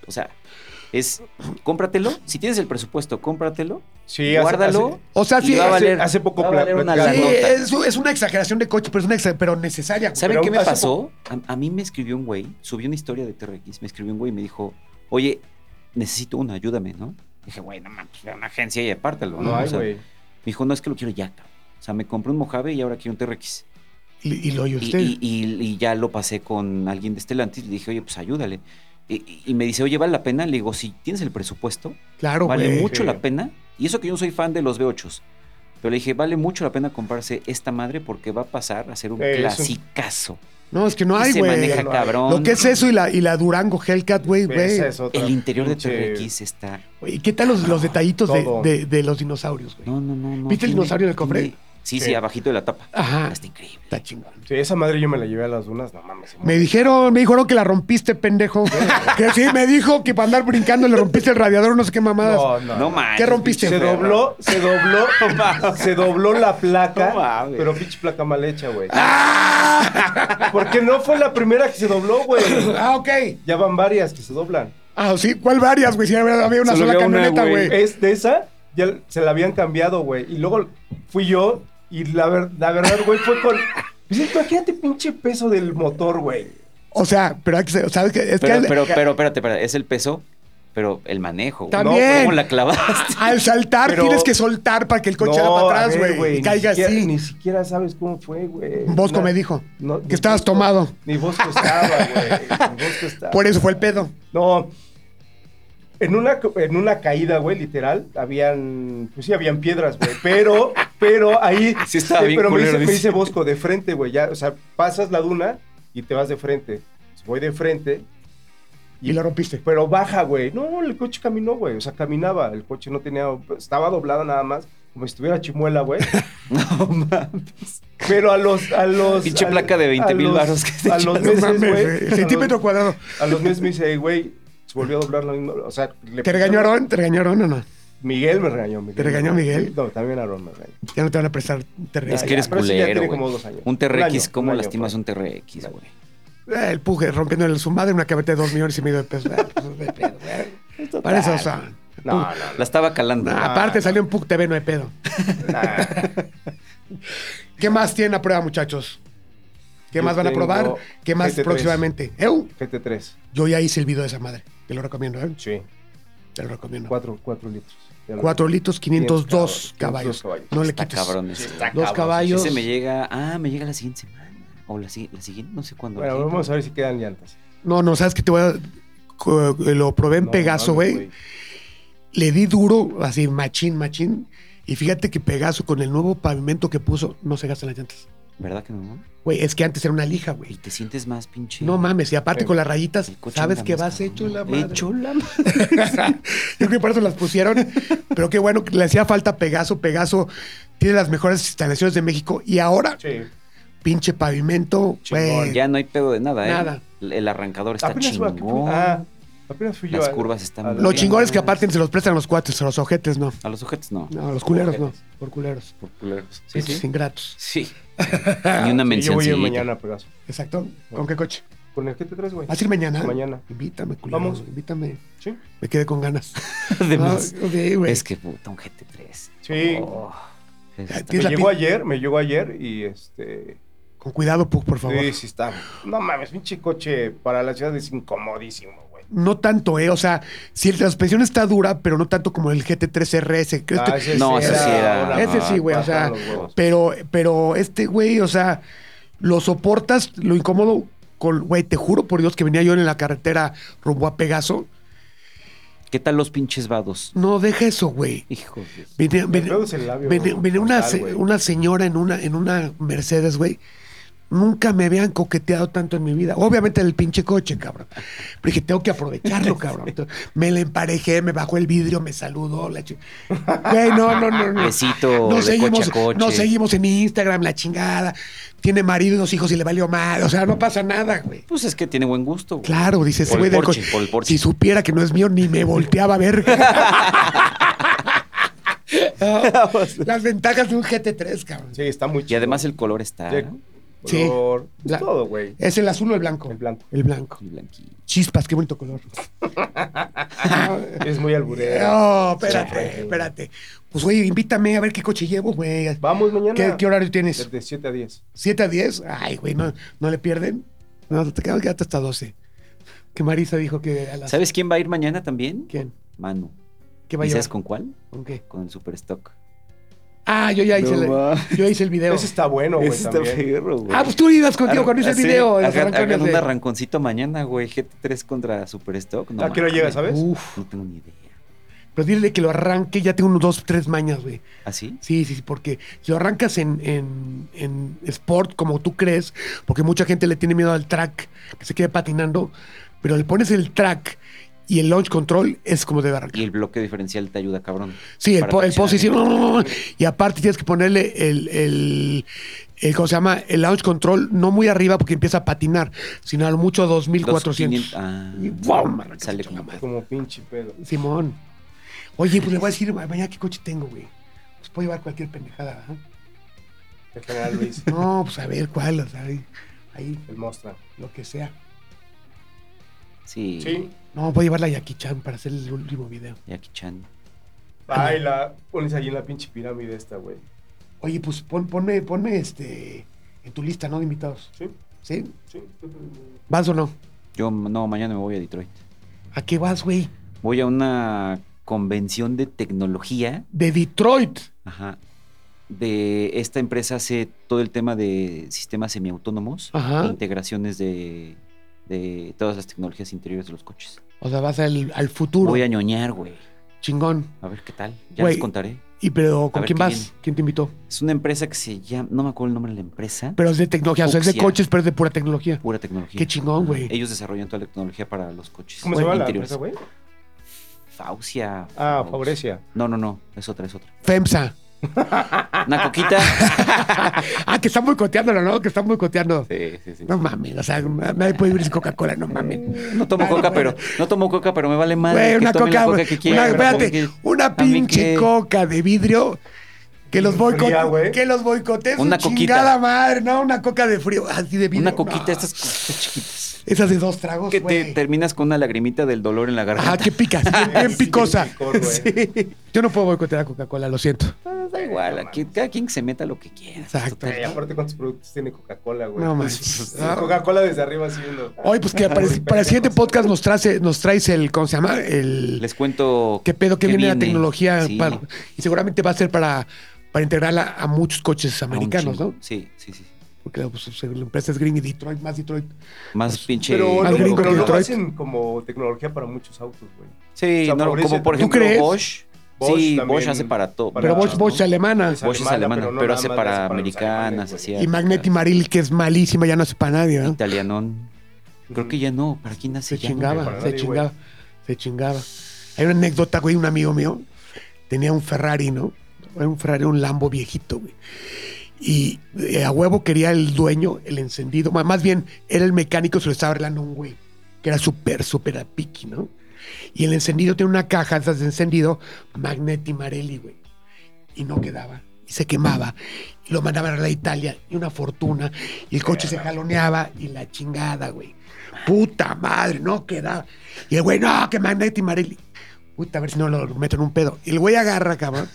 [SPEAKER 4] O sea, es cómpratelo. Si tienes el presupuesto, cómpratelo.
[SPEAKER 3] Sí, hace-
[SPEAKER 4] guárdalo.
[SPEAKER 2] o sea,
[SPEAKER 4] y
[SPEAKER 2] sí,
[SPEAKER 4] va a
[SPEAKER 2] hace-
[SPEAKER 4] valer-
[SPEAKER 3] hace poco
[SPEAKER 4] va a valer una
[SPEAKER 3] platicaba-
[SPEAKER 2] sí,
[SPEAKER 4] lanota.
[SPEAKER 2] es, es una exageración de coche, pero es una exa- pero necesaria. güey.
[SPEAKER 4] ¿Saben
[SPEAKER 3] Pero
[SPEAKER 4] qué me
[SPEAKER 3] hace
[SPEAKER 4] pasó? A, a mí me escribió un güey, subió una historia de TRX, me escribió un güey y me dijo, oye, necesito una, ayúdame, ¿no? Dije, güey, no mames, ve a una agencia y apártalo, ¿no?
[SPEAKER 3] No
[SPEAKER 4] O
[SPEAKER 3] hay,
[SPEAKER 4] sea,
[SPEAKER 3] güey.
[SPEAKER 4] me dijo, no, es que lo quiero ya, cabrón. O sea, me compré un Mojave y ahora quiero un TRX.
[SPEAKER 2] Y, y lo oye
[SPEAKER 4] Y,
[SPEAKER 2] usted.
[SPEAKER 4] y- y- y ya lo pasé con alguien de Stellantis, le dije, oye, pues ayúdale. Y, y- y me dice, oye, ¿vale la pena? Le digo, si tienes el presupuesto,
[SPEAKER 2] claro,
[SPEAKER 4] vale
[SPEAKER 2] güey.
[SPEAKER 4] mucho
[SPEAKER 3] sí.
[SPEAKER 4] la pena. Y eso que yo no soy fan de los V8s. Pero le dije, vale mucho la pena comprarse esta madre porque va a pasar a ser un
[SPEAKER 3] Eh, es un-
[SPEAKER 4] clasicazo.
[SPEAKER 2] No, es que no
[SPEAKER 4] Y
[SPEAKER 2] hay,
[SPEAKER 4] se
[SPEAKER 2] güey.
[SPEAKER 4] maneja
[SPEAKER 3] no hay.
[SPEAKER 4] cabrón.
[SPEAKER 2] Lo que es eso y la, y la Durango Hellcat, güey, güey.
[SPEAKER 3] Esa Pues es otra
[SPEAKER 4] El interior de
[SPEAKER 3] pinche-
[SPEAKER 4] TRX está.
[SPEAKER 2] Güey, ¿Y qué tal los, los detallitos de,
[SPEAKER 3] Todo.
[SPEAKER 2] de- de los dinosaurios, güey?
[SPEAKER 4] No, no, no. no
[SPEAKER 2] ¿Viste el
[SPEAKER 4] tiene-
[SPEAKER 2] dinosaurio en el cofre?
[SPEAKER 4] tiene- Sí, sí,
[SPEAKER 3] Sí.
[SPEAKER 4] abajito de la tapa.
[SPEAKER 2] Ajá.
[SPEAKER 4] Está increíble.
[SPEAKER 2] Está chingón.
[SPEAKER 3] Sí, esa madre yo me la llevé a las dunas, no mames. se
[SPEAKER 2] Me
[SPEAKER 3] mueve.
[SPEAKER 2] dijeron, me dijeron que la rompiste, pendejo. que sí, me dijo que para andar brincando le rompiste el radiador, no sé qué mamadas.
[SPEAKER 3] No, no.
[SPEAKER 4] No
[SPEAKER 3] no.
[SPEAKER 4] manches.
[SPEAKER 2] ¿Qué rompiste?
[SPEAKER 3] Se
[SPEAKER 2] Perro.
[SPEAKER 3] dobló, se dobló, se dobló la placa,
[SPEAKER 4] No mames.
[SPEAKER 3] pero pinche placa mal hecha, güey.
[SPEAKER 2] ¡Ah!
[SPEAKER 3] Porque no fue la primera que se dobló, güey.
[SPEAKER 2] ah, ok.
[SPEAKER 3] Ya van varias que se doblan.
[SPEAKER 2] Ah, sí, ¿cuál varias, güey? Si había había una sola
[SPEAKER 4] Solo había una,
[SPEAKER 2] camioneta,
[SPEAKER 4] güey.
[SPEAKER 2] güey.
[SPEAKER 3] Es de esa, ya se la habían cambiado, güey. Y luego fui yo y la, ver- la verdad, güey, fue con... Pues, imagínate pinche peso del motor, güey.
[SPEAKER 2] O sea, pero hay que, ser- ¿sabes qué? Es que
[SPEAKER 4] Pero,
[SPEAKER 2] al-
[SPEAKER 4] pero, pero, espérate, espérate. Es el peso, pero el manejo. güey.
[SPEAKER 2] También.
[SPEAKER 4] ¿Cómo la clavaste?
[SPEAKER 2] al saltar
[SPEAKER 3] pero-
[SPEAKER 2] tienes que soltar para que el coche haga
[SPEAKER 3] No,
[SPEAKER 2] para
[SPEAKER 3] a
[SPEAKER 2] atrás,
[SPEAKER 3] ver,
[SPEAKER 2] güey. Y
[SPEAKER 3] ni
[SPEAKER 2] caiga
[SPEAKER 3] siquiera-
[SPEAKER 2] así.
[SPEAKER 3] Ni siquiera sabes cómo fue, güey.
[SPEAKER 2] Bosco
[SPEAKER 3] Na-
[SPEAKER 2] me dijo
[SPEAKER 3] no,
[SPEAKER 2] que
[SPEAKER 3] ni
[SPEAKER 2] estabas
[SPEAKER 3] Bosco-
[SPEAKER 2] tomado.
[SPEAKER 3] Ni Bosco estaba, güey. Ni Bosco estaba.
[SPEAKER 2] Por eso fue el pedo.
[SPEAKER 3] No. En una, en una caída, güey, literal, habían, pues sí, habían piedras, güey, pero, pero ahí, eh,
[SPEAKER 4] Sí estaba bien
[SPEAKER 3] pero me
[SPEAKER 4] culero,
[SPEAKER 3] dice, me
[SPEAKER 4] dice.
[SPEAKER 3] dice Bosco, de frente, güey, ya, o sea, pasas la duna y te vas de frente, voy de frente,
[SPEAKER 2] Y lo rompiste.
[SPEAKER 3] pero baja, güey, no, el coche caminó, güey, o sea, caminaba, el coche no tenía, estaba doblado nada más, como si estuviera chimuela, güey,
[SPEAKER 4] No mames.
[SPEAKER 3] pero a los, a los.
[SPEAKER 4] Pinche
[SPEAKER 3] a-
[SPEAKER 4] placa de 20,000
[SPEAKER 3] a los-
[SPEAKER 4] varos que te
[SPEAKER 3] A los
[SPEAKER 4] echan.
[SPEAKER 2] No
[SPEAKER 3] meses,
[SPEAKER 2] mames,
[SPEAKER 3] güey,
[SPEAKER 2] güey.
[SPEAKER 3] a los-
[SPEAKER 2] Centímetro cuadrado.
[SPEAKER 3] A los meses me dice, "Ey, güey, se volvió a doblar la misma. O sea, le
[SPEAKER 2] ¿Te regañó Aarón? ¿Te regañó Aarón o no?
[SPEAKER 3] Miguel me regañó. Miguel.
[SPEAKER 2] ¿Te regañó Miguel?
[SPEAKER 3] No, también Aarón me regañó.
[SPEAKER 2] Ya no te van a prestar. Te
[SPEAKER 4] Es
[SPEAKER 2] regañan.
[SPEAKER 4] que eres
[SPEAKER 3] pero sí, ya
[SPEAKER 4] culero,
[SPEAKER 3] tiene
[SPEAKER 4] güey.
[SPEAKER 3] como dos años.
[SPEAKER 4] Un TRX,
[SPEAKER 3] Un año,
[SPEAKER 4] ¿cómo
[SPEAKER 3] un año,
[SPEAKER 4] lastimas
[SPEAKER 3] pues.
[SPEAKER 4] un TRX, güey?
[SPEAKER 2] Eh, El puje rompiendo el su madre una cabeta de dos millones y medio de pesos. Eh, pues, de pedo, güey. Para eso, o sea.
[SPEAKER 3] No, no, no.
[SPEAKER 4] La estaba calando.
[SPEAKER 2] nah, aparte salió en PUC TV, no hay pedo. ¿Qué más tienen a prueba, muchachos? ¿Qué
[SPEAKER 3] Yo
[SPEAKER 2] más van a probar?
[SPEAKER 3] tengo
[SPEAKER 2] ¿Qué más
[SPEAKER 3] GT3.
[SPEAKER 2] próximamente? Eu,
[SPEAKER 3] GT3.
[SPEAKER 2] yo ya hice el video de esa madre. Te lo recomiendo, ¿eh?
[SPEAKER 3] Sí.
[SPEAKER 2] Te lo recomiendo.
[SPEAKER 3] Cuatro, cuatro litros. Ya lo-
[SPEAKER 2] 4 litros 502
[SPEAKER 3] 500
[SPEAKER 2] caballos.
[SPEAKER 3] caballos.
[SPEAKER 2] No le
[SPEAKER 4] Está
[SPEAKER 2] quites.
[SPEAKER 4] cabrón ese.
[SPEAKER 3] Está
[SPEAKER 2] Dos
[SPEAKER 3] cabrón.
[SPEAKER 2] caballos.
[SPEAKER 4] Ese me llega. Ah, me llega la siguiente semana. O la, si- la siguiente, no sé cuándo.
[SPEAKER 3] Bueno, vamos a ver si quedan llantas.
[SPEAKER 2] No, no, sabes que te voy a. co- eh, Lo probé en
[SPEAKER 3] No,
[SPEAKER 2] Pegaso,
[SPEAKER 3] mames,
[SPEAKER 2] güey. Le di duro, así, machín, machín. Y fíjate que Pegaso, con el nuevo pavimento que puso, no se gastan las llantas.
[SPEAKER 4] ¿Verdad que no?
[SPEAKER 2] Güey, es que antes era una lija,
[SPEAKER 4] Y
[SPEAKER 2] güey.
[SPEAKER 4] te sientes más pinche.
[SPEAKER 2] No mames, y aparte
[SPEAKER 3] Sí.
[SPEAKER 2] con las rayitas,
[SPEAKER 4] el coche
[SPEAKER 2] ¿sabes
[SPEAKER 4] anda
[SPEAKER 2] qué
[SPEAKER 4] más
[SPEAKER 2] vas
[SPEAKER 4] cabrón.
[SPEAKER 2] hecho la madre?
[SPEAKER 4] Hecho la madre.
[SPEAKER 2] Yo creo que por eso las pusieron, pero qué bueno que le hacía falta Pegaso. Pegaso tiene las mejores instalaciones de México y ahora,
[SPEAKER 3] Sí.
[SPEAKER 2] pinche pavimento, güey.
[SPEAKER 4] Ya no hay pedo de nada, ¿eh?
[SPEAKER 2] Nada.
[SPEAKER 4] El arrancador está
[SPEAKER 3] Apenas, va-
[SPEAKER 4] chingón.
[SPEAKER 3] ah, apenas fui yo.
[SPEAKER 4] Las
[SPEAKER 3] a-
[SPEAKER 4] curvas están
[SPEAKER 3] a la-
[SPEAKER 4] bien.
[SPEAKER 2] Lo
[SPEAKER 4] ya.
[SPEAKER 2] chingón es que aparte se los prestan a los cuates, a los ojetes, no.
[SPEAKER 4] A los sujetos no.
[SPEAKER 2] No, a los culeros no, por culeros.
[SPEAKER 4] Por culeros. Sí,
[SPEAKER 2] Sí,
[SPEAKER 4] sí.
[SPEAKER 2] Ingratos.
[SPEAKER 4] Sí. Ni una
[SPEAKER 3] Sí, yo
[SPEAKER 4] mención.
[SPEAKER 3] voy a ir mañana a Pegaso.
[SPEAKER 2] Exacto. ¿Con qué coche?
[SPEAKER 3] ¿Con el que te traes, güey?
[SPEAKER 2] ¿Vas a ir mañana?
[SPEAKER 3] Mañana.
[SPEAKER 2] Invítame, culero.
[SPEAKER 3] Vamos.
[SPEAKER 2] Invítame.
[SPEAKER 3] Sí.
[SPEAKER 2] Me quedé con ganas.
[SPEAKER 4] Además,
[SPEAKER 2] Ah, ok, güey.
[SPEAKER 4] es que puta, un GT3.
[SPEAKER 3] Sí.
[SPEAKER 4] Oh, eso está-
[SPEAKER 2] Tienes
[SPEAKER 3] Me
[SPEAKER 2] la
[SPEAKER 3] llegó
[SPEAKER 2] pin-
[SPEAKER 3] ayer, me llegó ayer y este.
[SPEAKER 2] Con cuidado, Puck, por favor.
[SPEAKER 3] Sí, sí está. No mames, pinche coche para la ciudad es incomodísimo, güey.
[SPEAKER 2] No tanto, ¿eh? O sea, si la suspensión está dura, pero no tanto como el GT3 RS. que este-
[SPEAKER 4] No, Ah, ese sí era-
[SPEAKER 2] Ese sí, güey, o sea,
[SPEAKER 3] Pero
[SPEAKER 2] pero, pero este güey, o sea, lo soportas, lo incómodo con, güey, te juro por Dios que venía yo en la carretera rumbo a Pegaso.
[SPEAKER 4] ¿Qué tal los pinches vados?
[SPEAKER 2] No, deja eso, güey.
[SPEAKER 4] Hijo de.
[SPEAKER 2] Venía, venía-
[SPEAKER 3] el labio.
[SPEAKER 2] venía-
[SPEAKER 3] güey,
[SPEAKER 2] venía una,
[SPEAKER 3] frontal,
[SPEAKER 2] se-
[SPEAKER 3] güey.
[SPEAKER 2] una señora en una, en una Mercedes, güey. Nunca me habían coqueteado tanto en mi vida. Obviamente el pinche coche, cabrón. Pero dije, tengo que aprovecharlo, cabrón. Entonces, me la emparejé, me bajó el vidrio, me saludó. La chi- Güey, no, no, no, no.
[SPEAKER 4] Besito de
[SPEAKER 2] Nos seguimos,
[SPEAKER 4] coche a coche.
[SPEAKER 2] nos seguimos en Instagram, la chingada. Tiene marido y dos hijos y le valió mal. O sea, no pasa nada, güey.
[SPEAKER 4] Pues es que tiene buen gusto. güey.
[SPEAKER 2] Claro, dices,
[SPEAKER 4] Por
[SPEAKER 2] güey,
[SPEAKER 4] el
[SPEAKER 2] del
[SPEAKER 4] Porsche,
[SPEAKER 2] coche.
[SPEAKER 4] por el Porsche.
[SPEAKER 2] Si supiera que no es mío, ni me volteaba a ver. No, Las ventajas de un GT3, cabrón.
[SPEAKER 3] Sí, está muy
[SPEAKER 4] Y además el color está.
[SPEAKER 3] Ya-
[SPEAKER 2] Sí.
[SPEAKER 3] color,
[SPEAKER 2] La-
[SPEAKER 3] Todo, güey.
[SPEAKER 2] ¿Es el azul o el blanco?
[SPEAKER 3] El blanco.
[SPEAKER 2] El blanco.
[SPEAKER 4] Muy blanquito.
[SPEAKER 2] Chispas, qué bonito color. Ah.
[SPEAKER 3] Es muy alburero.
[SPEAKER 2] No, Oh, espérate,
[SPEAKER 3] Sí.
[SPEAKER 2] espérate. Pues, güey, invítame a ver qué coche llevo, güey.
[SPEAKER 3] Vamos mañana.
[SPEAKER 2] ¿Qué, qué horario tienes?
[SPEAKER 3] Desde 7 a 10.
[SPEAKER 2] ¿7 a 10? Ay, güey, no, no le pierden. No, te quedas quédate hasta 12. Que Marisa dijo que a las...
[SPEAKER 4] ¿Sabes quién va a ir mañana también?
[SPEAKER 2] ¿Quién?
[SPEAKER 4] Manu.
[SPEAKER 2] ¿Qué va a
[SPEAKER 4] ¿Y
[SPEAKER 2] llevar?
[SPEAKER 4] sabes con cuál?
[SPEAKER 2] ¿Con qué?
[SPEAKER 4] Con el Superstock.
[SPEAKER 2] Ah, yo ya hice,
[SPEAKER 4] No
[SPEAKER 2] el-
[SPEAKER 4] va.
[SPEAKER 2] yo ya hice el video.
[SPEAKER 3] Ese está bueno, güey,
[SPEAKER 4] Ese
[SPEAKER 3] también.
[SPEAKER 4] perro, güey.
[SPEAKER 2] Ah, pues tú ibas contigo
[SPEAKER 4] Arran-
[SPEAKER 2] cuando hice el
[SPEAKER 4] sí,
[SPEAKER 2] video. en los
[SPEAKER 4] hagan-
[SPEAKER 2] arrancones
[SPEAKER 4] hagan un
[SPEAKER 2] de-
[SPEAKER 4] arranconcito mañana, güey. GT3 contra Superstock.
[SPEAKER 3] ¿A qué hora
[SPEAKER 4] mames.
[SPEAKER 3] llega, sabes?
[SPEAKER 2] Uf,
[SPEAKER 4] No tengo ni idea.
[SPEAKER 2] pero dile que lo arranque, ya tengo unos dos, tres mañas, güey.
[SPEAKER 4] ¿Así?
[SPEAKER 2] Sí, sí, sí, porque si lo arrancas en, en, en sport como tú crees, porque mucha gente le tiene miedo al track, que se quede patinando, pero le pones el track y el launch control es como debe arrancar.
[SPEAKER 4] y el bloque diferencial te ayuda, cabrón.
[SPEAKER 2] Sí, el,
[SPEAKER 4] Para
[SPEAKER 2] po- el
[SPEAKER 4] traccionar.
[SPEAKER 2] posición. Y aparte tienes que ponerle el, el, el- ¿cómo se llama? El launch control, no muy arriba porque empieza a patinar, sino al mucho a 2400.
[SPEAKER 4] 2500. Ah,
[SPEAKER 2] Y ¡guau, marracas,
[SPEAKER 4] Sale
[SPEAKER 2] chula
[SPEAKER 4] como
[SPEAKER 2] madre!
[SPEAKER 3] Como pinche pedo.
[SPEAKER 2] Simón. Oye, pues le voy a decir ma- mañana qué coche tengo, güey. Pues puedo llevar cualquier pendejada, ¿ah?
[SPEAKER 3] El general Luis.
[SPEAKER 2] No, pues a ver cuál, o sea, ahí, ahí,
[SPEAKER 3] El Mostra.
[SPEAKER 2] lo que sea.
[SPEAKER 4] Sí.
[SPEAKER 3] Sí.
[SPEAKER 2] No, voy a llevar la Jackie Chan para hacer el último video.
[SPEAKER 4] Jackie Chan.
[SPEAKER 3] Ay, la pones ahí en la pinche pirámide esta, güey.
[SPEAKER 2] Oye, pues pon- ponme, ponme este en tu lista, ¿no? De invitados.
[SPEAKER 3] Sí,
[SPEAKER 2] ¿Sí?
[SPEAKER 3] sí.
[SPEAKER 2] ¿Vas o no?
[SPEAKER 4] Yo no, mañana me voy a Detroit.
[SPEAKER 2] ¿A qué vas, güey?
[SPEAKER 4] Voy a una convención de tecnología.
[SPEAKER 2] De Detroit.
[SPEAKER 4] Ajá. De esta empresa hace todo el tema de sistemas semiautónomos
[SPEAKER 2] Ajá.
[SPEAKER 4] e integraciones de, de todas las tecnologías interiores de los coches.
[SPEAKER 2] O sea, vas al, al futuro.
[SPEAKER 4] Voy a ñoñar, güey.
[SPEAKER 2] Chingón.
[SPEAKER 4] A ver qué tal. Ya
[SPEAKER 2] Güey.
[SPEAKER 4] les contaré.
[SPEAKER 2] ¿Y pero con
[SPEAKER 4] ver,
[SPEAKER 2] quién
[SPEAKER 4] ¿qué
[SPEAKER 2] vas?
[SPEAKER 4] viene?
[SPEAKER 2] ¿Quién te invitó?
[SPEAKER 4] Es una empresa que se llama. No me acuerdo el nombre de la empresa.
[SPEAKER 2] Pero es de tecnología, o sea, es de
[SPEAKER 4] Fucsia.
[SPEAKER 2] coches, pero es de pura tecnología.
[SPEAKER 4] pura tecnología.
[SPEAKER 2] Qué chingón,
[SPEAKER 4] Ajá.
[SPEAKER 2] güey.
[SPEAKER 4] Ellos desarrollan toda la tecnología para los coches.
[SPEAKER 3] ¿Cómo se llama la
[SPEAKER 4] interiores.
[SPEAKER 3] empresa, güey?
[SPEAKER 4] Faucia.
[SPEAKER 3] Ah,
[SPEAKER 4] Faus-
[SPEAKER 3] Favorecia.
[SPEAKER 4] No, no, no. Es otra, es otra.
[SPEAKER 2] FEMSA.
[SPEAKER 4] Una coquita.
[SPEAKER 2] Ah, que están boicoteándolo, ¿no? Que están boicoteando.
[SPEAKER 4] sí, sí, sí.
[SPEAKER 2] No mames, o sea, nadie puede vivir sin Coca-Cola, no mames.
[SPEAKER 4] No tomo
[SPEAKER 2] Bueno,
[SPEAKER 4] coca,
[SPEAKER 2] bueno.
[SPEAKER 4] pero. No tomo coca, pero me vale madre.
[SPEAKER 2] Güey,
[SPEAKER 4] que
[SPEAKER 2] una
[SPEAKER 4] tomen
[SPEAKER 2] coca,
[SPEAKER 4] la coca que quieran,
[SPEAKER 2] una,
[SPEAKER 4] la coca
[SPEAKER 2] espérate,
[SPEAKER 4] que-
[SPEAKER 2] una
[SPEAKER 4] a mí
[SPEAKER 2] pinche
[SPEAKER 4] que-
[SPEAKER 2] coca de vidrio que los
[SPEAKER 3] Fría,
[SPEAKER 2] boicote,
[SPEAKER 3] güey.
[SPEAKER 2] que los boicotes,
[SPEAKER 4] Una
[SPEAKER 2] una
[SPEAKER 4] coquita.
[SPEAKER 2] chingada madre, no, una coca de frío, así de vidrio.
[SPEAKER 4] Una coquita,
[SPEAKER 2] no.
[SPEAKER 4] estas coquitas chiquitas.
[SPEAKER 2] Esas de dos tragos,
[SPEAKER 4] que te
[SPEAKER 2] güey. Ah,
[SPEAKER 4] terminas con una lagrimita del dolor en la garganta.
[SPEAKER 2] Ajá, que picas, bien, bien
[SPEAKER 3] Sí,
[SPEAKER 2] picosa.
[SPEAKER 3] picor, güey.
[SPEAKER 2] Sí. Yo no puedo boicotear a Coca-Cola, lo siento.
[SPEAKER 4] Pues da igual, aquí, cada quien que se meta lo que quiera.
[SPEAKER 2] Exacto.
[SPEAKER 4] Total.
[SPEAKER 3] Ay, aparte, ¿cuántos productos tiene Coca-Cola, güey?
[SPEAKER 2] No manches.
[SPEAKER 3] Sí, Coca-Cola desde arriba haciendo.
[SPEAKER 2] Hoy, pues que para, el- para el siguiente podcast nos, traes nos traes el, ¿cómo se llama? El...
[SPEAKER 4] Les cuento.
[SPEAKER 2] ¿Qué pedo que
[SPEAKER 4] qué
[SPEAKER 2] viene, la tecnología?
[SPEAKER 4] Sí,
[SPEAKER 2] para-
[SPEAKER 4] a un
[SPEAKER 2] y seguramente va a ser para, para integrarla a muchos coches americanos,
[SPEAKER 4] chingo.
[SPEAKER 2] ¿no?
[SPEAKER 4] Sí, sí, sí.
[SPEAKER 2] Porque pues, la empresa es Green y Detroit, más Detroit.
[SPEAKER 4] Más pinche.
[SPEAKER 2] Más
[SPEAKER 3] Pero, no,
[SPEAKER 2] Pues, gringo
[SPEAKER 3] pero
[SPEAKER 2] que
[SPEAKER 3] lo
[SPEAKER 2] Detroit.
[SPEAKER 3] hacen como tecnología para muchos autos, güey.
[SPEAKER 4] sí,
[SPEAKER 3] o sea,
[SPEAKER 4] no,
[SPEAKER 3] favorece-
[SPEAKER 4] como por
[SPEAKER 2] ¿Tú
[SPEAKER 4] ejemplo
[SPEAKER 2] crees?
[SPEAKER 4] Bosch.
[SPEAKER 3] Bosch
[SPEAKER 4] sí,
[SPEAKER 3] también
[SPEAKER 4] Bosch hace para todo.
[SPEAKER 3] para-
[SPEAKER 2] Pero
[SPEAKER 3] Claro,
[SPEAKER 2] Bosch, Bosch
[SPEAKER 4] ¿no?
[SPEAKER 2] alemana.
[SPEAKER 3] Es
[SPEAKER 4] Bosch es alemana, pero,
[SPEAKER 3] no nada
[SPEAKER 4] hace
[SPEAKER 3] más
[SPEAKER 4] para
[SPEAKER 3] hace para los
[SPEAKER 4] americanas,
[SPEAKER 3] alemanes, güey.
[SPEAKER 4] asiáticas.
[SPEAKER 2] Y Magneti Maril, que es malísima, ya no hace para nadie, ¿no?
[SPEAKER 4] Italianón. Creo que ya no. ¿Para quién hace
[SPEAKER 2] Se
[SPEAKER 4] ya? no?
[SPEAKER 2] chingaba,
[SPEAKER 3] para
[SPEAKER 2] se
[SPEAKER 3] nadie,
[SPEAKER 2] chingaba, se chingaba. Hay una anécdota, güey, un amigo mío tenía un Ferrari, ¿no? Era un Ferrari, un Lambo viejito, güey. Y eh, a huevo quería el dueño, el encendido. ma- Más bien, era el mecánico, se lo estaba arreglando un güey, que era súper, súper a piqui, ¿no? Y el encendido tiene una caja, esas de encendido, Magneti Marelli, güey. Y no quedaba. Y se quemaba. Y lo mandaban a la Italia. Y una fortuna. Y el coche se jaloneaba. Y la chingada, güey. Puta madre, no quedaba. Y el güey, no, que Magneti Marelli. Puta, a ver si no lo meto en un pedo. Y el güey agarra, cabrón.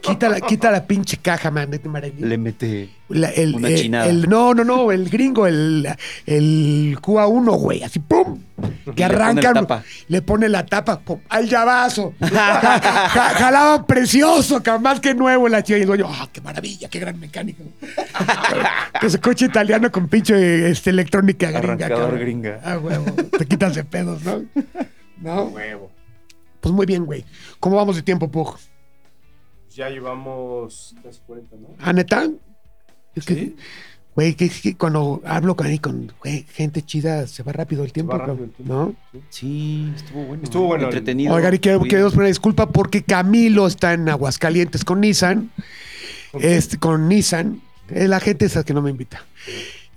[SPEAKER 2] Quita la, quita la pinche caja, Magneti Marelli.
[SPEAKER 4] Le mete.
[SPEAKER 2] La- el,
[SPEAKER 4] Una
[SPEAKER 2] eh,
[SPEAKER 4] chinada.
[SPEAKER 2] el- no, no, no, el gringo, el, el QA1, güey, así ¡pum! Que
[SPEAKER 4] Y le pone la
[SPEAKER 2] arranca,
[SPEAKER 4] tapa.
[SPEAKER 2] le pone la tapa, ¡pum! al llavazo. Ja- ja- jalaba precioso, ca- más que nuevo la tía y el dueño, ¡ah, qué maravilla, qué gran mecánico! Ese coche italiano con pinche este, electrónica gringa.
[SPEAKER 4] Arrancador
[SPEAKER 2] cabrón.
[SPEAKER 4] gringa.
[SPEAKER 2] Ah, huevo, te quitas de pedos, ¿no? No,
[SPEAKER 3] Ah, Huevo.
[SPEAKER 2] pues muy bien, güey. ¿Cómo vamos de tiempo, Pug?
[SPEAKER 3] Pues Ya llevamos casi 40, ¿no?
[SPEAKER 2] ¿Ah, neta? Es que, güey, que, que cuando hablo con, ahí con güey, gente chida, se va rápido el tiempo,
[SPEAKER 3] va rápido
[SPEAKER 2] cabrón,
[SPEAKER 3] el tiempo.
[SPEAKER 2] ¿no?
[SPEAKER 4] Sí, estuvo bueno.
[SPEAKER 3] Estuvo
[SPEAKER 4] ¿eh?
[SPEAKER 3] bueno.
[SPEAKER 4] Entretenido.
[SPEAKER 2] Oigan, y quiero,
[SPEAKER 4] Fui-
[SPEAKER 2] queremos pedir disculpa porque Camilo está en Aguascalientes con Nissan, este, con Nissan, Eh, la gente esa que no me invita.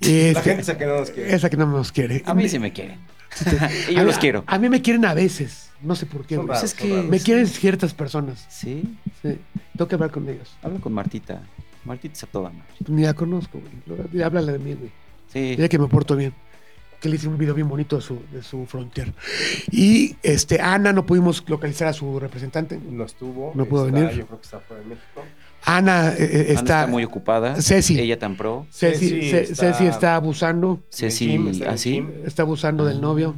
[SPEAKER 2] Este,
[SPEAKER 3] La gente se quedó nos quiere.
[SPEAKER 2] esa que no nos quiere.
[SPEAKER 4] A mí se me quieren. y
[SPEAKER 2] A-
[SPEAKER 4] yo los quiero.
[SPEAKER 2] A mí me quieren a veces, no sé por qué.
[SPEAKER 3] Son
[SPEAKER 2] güey.
[SPEAKER 3] raros,
[SPEAKER 4] es
[SPEAKER 3] son
[SPEAKER 4] que-
[SPEAKER 3] raros.
[SPEAKER 2] Pues Me quieren ciertas personas,
[SPEAKER 4] Sí.
[SPEAKER 2] sí. tengo que hablar con ellos.
[SPEAKER 4] Habla con Martita. Martita es a toda madre.
[SPEAKER 2] Ni la conozco, güey. Háblale de mí, güey.
[SPEAKER 4] Sí.
[SPEAKER 2] Mira que me porto bien. Que le hice un video bien bonito de su, de su frontier. Y este, Ana, no pudimos localizar a su representante.
[SPEAKER 3] No estuvo.
[SPEAKER 2] No pudo
[SPEAKER 3] está-
[SPEAKER 2] venir.
[SPEAKER 3] Yo creo que está fuera de México.
[SPEAKER 2] Ana, eh, eh,
[SPEAKER 4] Ana
[SPEAKER 2] está.
[SPEAKER 4] está muy ocupada.
[SPEAKER 2] Ceci.
[SPEAKER 4] Ella tan pro.
[SPEAKER 2] Ceci,
[SPEAKER 3] Ceci
[SPEAKER 2] Ce-
[SPEAKER 3] está-
[SPEAKER 2] Ceci está abusando.
[SPEAKER 3] En
[SPEAKER 4] Ceci,
[SPEAKER 3] el gym, está en el
[SPEAKER 4] así.
[SPEAKER 3] gym.
[SPEAKER 2] Está abusando del novio.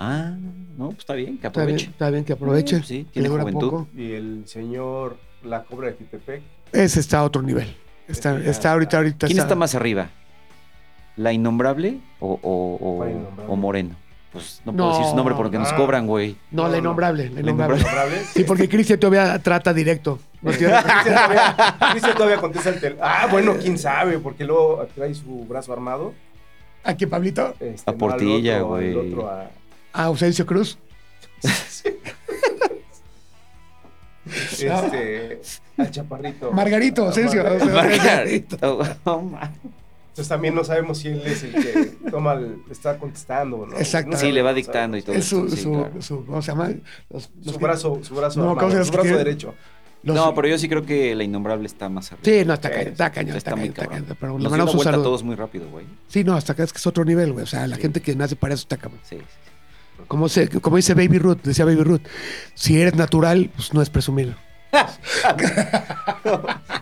[SPEAKER 4] Ah, no, pues está bien, que
[SPEAKER 2] Está bien,
[SPEAKER 4] aproveche.
[SPEAKER 2] está bien que aproveche.
[SPEAKER 4] Sí,
[SPEAKER 2] que
[SPEAKER 4] tiene
[SPEAKER 2] dura
[SPEAKER 4] juventud.
[SPEAKER 2] poco.
[SPEAKER 3] Y el señor La Cobra de Titepec.
[SPEAKER 2] Ese está a otro nivel. Está,
[SPEAKER 3] Este ya
[SPEAKER 2] está ahorita,
[SPEAKER 3] está.
[SPEAKER 2] ahorita.
[SPEAKER 4] ¿Quién está más arriba? ¿La innombrable o, o- o-
[SPEAKER 3] ¿Cuál innombrable?
[SPEAKER 4] o Moreno? Pues no,
[SPEAKER 2] No.
[SPEAKER 4] puedo decir su nombre porque nos
[SPEAKER 3] Ah.
[SPEAKER 4] cobran, güey.
[SPEAKER 2] No,
[SPEAKER 3] No,
[SPEAKER 2] la
[SPEAKER 3] no.
[SPEAKER 2] innombrable, la
[SPEAKER 4] La
[SPEAKER 2] innombrable.
[SPEAKER 4] innombrable.
[SPEAKER 3] ¿Honorables?
[SPEAKER 2] Sí, porque Cristian todavía trata directo. No tiene-
[SPEAKER 3] Cristian todavía, Cristian todavía contesta el teléfono. Ah, bueno, quién sabe, porque luego trae su brazo armado.
[SPEAKER 2] Aquí, Pablito.
[SPEAKER 3] Este, no,
[SPEAKER 4] A
[SPEAKER 3] al
[SPEAKER 4] Portilla,
[SPEAKER 3] otro,
[SPEAKER 4] güey.
[SPEAKER 3] al otro a-
[SPEAKER 2] A Ausencio Cruz.
[SPEAKER 3] Este, al chaparrito.
[SPEAKER 2] Margarito,
[SPEAKER 3] A
[SPEAKER 2] Ausencio.
[SPEAKER 3] Margarito.
[SPEAKER 4] Margarita. Oh, ma.
[SPEAKER 3] Entonces también no sabemos si él es el que toma el- está contestando o no.
[SPEAKER 2] Exacto.
[SPEAKER 3] No
[SPEAKER 4] sí, le va
[SPEAKER 3] sabemos,
[SPEAKER 4] dictando y
[SPEAKER 3] ¿sabes?
[SPEAKER 2] Es su,
[SPEAKER 4] todo. esto, sí,
[SPEAKER 2] su,
[SPEAKER 4] claro.
[SPEAKER 2] su- ¿cómo se llama? Los- los
[SPEAKER 3] Su
[SPEAKER 2] que-
[SPEAKER 3] brazo, su brazo,
[SPEAKER 2] No,
[SPEAKER 3] no,
[SPEAKER 2] ¿cómo se llama?
[SPEAKER 3] su brazo derecho.
[SPEAKER 2] los-
[SPEAKER 4] No, pero yo sí creo que la innombrable está más arriba.
[SPEAKER 2] Sí, no, está
[SPEAKER 3] Sí,
[SPEAKER 2] cañón, está cañón,
[SPEAKER 4] Está,
[SPEAKER 2] está cañón,
[SPEAKER 4] muy
[SPEAKER 2] está
[SPEAKER 4] cabrón.
[SPEAKER 2] cañón. Pero le
[SPEAKER 4] Nos dio una
[SPEAKER 2] mandamos un
[SPEAKER 4] vuelta a
[SPEAKER 2] saludo.
[SPEAKER 4] todos muy rápido, güey.
[SPEAKER 2] Sí, no, hasta acá es que es otro nivel, güey. O sea, la gente que nace para eso está cabrón.
[SPEAKER 4] Sí.
[SPEAKER 2] Como, se, como dice Baby Ruth, decía Baby Ruth, si eres natural, pues no es presumir.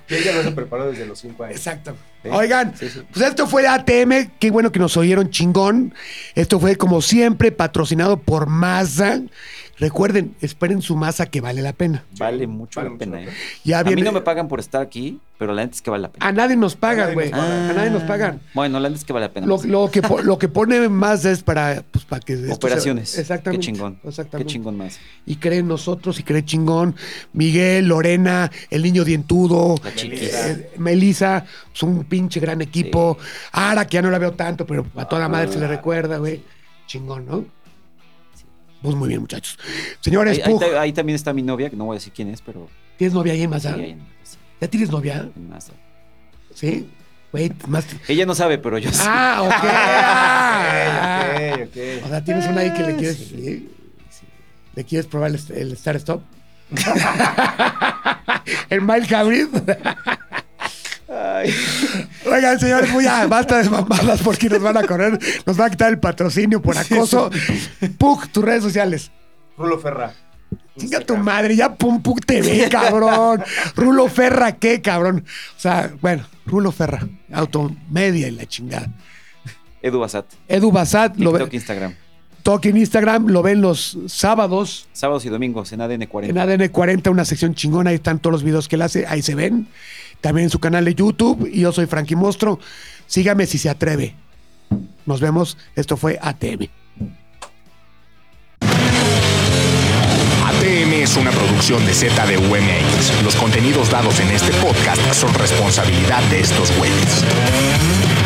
[SPEAKER 3] Y ella no se preparó desde los 5 años.
[SPEAKER 2] Exacto.
[SPEAKER 4] Sí,
[SPEAKER 2] Oigan,
[SPEAKER 4] sí, sí.
[SPEAKER 2] pues esto fue ATM, qué bueno que nos oyeron chingón. Esto fue como siempre patrocinado por Mazda. Recuerden, esperen su masa que vale la pena.
[SPEAKER 4] Vale mucho
[SPEAKER 3] vale
[SPEAKER 4] la
[SPEAKER 3] mucho
[SPEAKER 4] pena,
[SPEAKER 3] la
[SPEAKER 4] ¿eh?
[SPEAKER 2] Ya
[SPEAKER 4] A
[SPEAKER 2] viene-
[SPEAKER 4] mí no me pagan por estar aquí, pero la neta es que vale la pena. Ah.
[SPEAKER 2] a nadie nos pagan,
[SPEAKER 3] nadie
[SPEAKER 2] güey.
[SPEAKER 3] nos pagan.
[SPEAKER 2] Ah, A nadie nos pagan.
[SPEAKER 4] Bueno, la neta es que vale la pena.
[SPEAKER 2] Lo, lo que, po- lo que pone más es para, pues, para que... esto se-
[SPEAKER 4] Operaciones.
[SPEAKER 2] exactamente.
[SPEAKER 4] Qué chingón.
[SPEAKER 2] Exactamente.
[SPEAKER 4] Qué chingón más.
[SPEAKER 2] Y cree en nosotros y cree chingón. Miguel, Lorena, el niño dientudo.
[SPEAKER 4] La chiquis.
[SPEAKER 2] eh, Melissa, pues un pinche gran equipo. Ara, que ya no la veo tanto, pero a toda madre se le recuerda, güey. Chingón, ¿no? Pues muy bien, muchachos. Señores,
[SPEAKER 4] Ahí, ahí
[SPEAKER 2] Pug,
[SPEAKER 4] ta- ahí también está mi novia, que no voy a decir quién es, pero.
[SPEAKER 2] ¿tienes novia ahí en
[SPEAKER 4] sí,
[SPEAKER 2] Mazda?
[SPEAKER 4] ahí en- sí,
[SPEAKER 2] ¿Ya tienes novia?
[SPEAKER 4] en Mazda.
[SPEAKER 2] ¿Sí? Güey, más...
[SPEAKER 4] Ella no sabe, pero yo sí.
[SPEAKER 2] Ah, ok. Ah,
[SPEAKER 3] Ok,
[SPEAKER 2] O
[SPEAKER 3] ok, ok.
[SPEAKER 2] sea, tienes una ahí que le quieres...
[SPEAKER 4] Ah, Sí.
[SPEAKER 2] ¿Le quieres probar el, el Star Stop? el Mild Hybrid.
[SPEAKER 4] Ay.
[SPEAKER 2] Oigan, señores, muy ya, basta de mamadas porque nos van a correr, nos van a quitar el patrocinio por acoso. Pug, tus redes sociales.
[SPEAKER 3] Rulo Ferra.
[SPEAKER 2] Chinga tu madre, ya Pum Pug TV, cabrón. Rulo Ferra, ¿qué, cabrón? O sea, bueno, Rulo Ferra, automedia y la chingada.
[SPEAKER 4] Edu Basat.
[SPEAKER 2] Edu Basat, lo ve,
[SPEAKER 4] TikTok, Instagram.
[SPEAKER 2] toque en Instagram, lo ven los sábados
[SPEAKER 4] Sábados y domingos en ADN 40.
[SPEAKER 2] en ADN 40, una sección chingona, ahí están todos los videos que él hace, ahí se ven. También en su canal de YouTube, y yo soy Frankie Mostro. Sígame si se atreve. Nos vemos, esto fue ATM.
[SPEAKER 1] ATM es una producción de ZDUMX. Los contenidos dados en este podcast son responsabilidad de estos güeyes.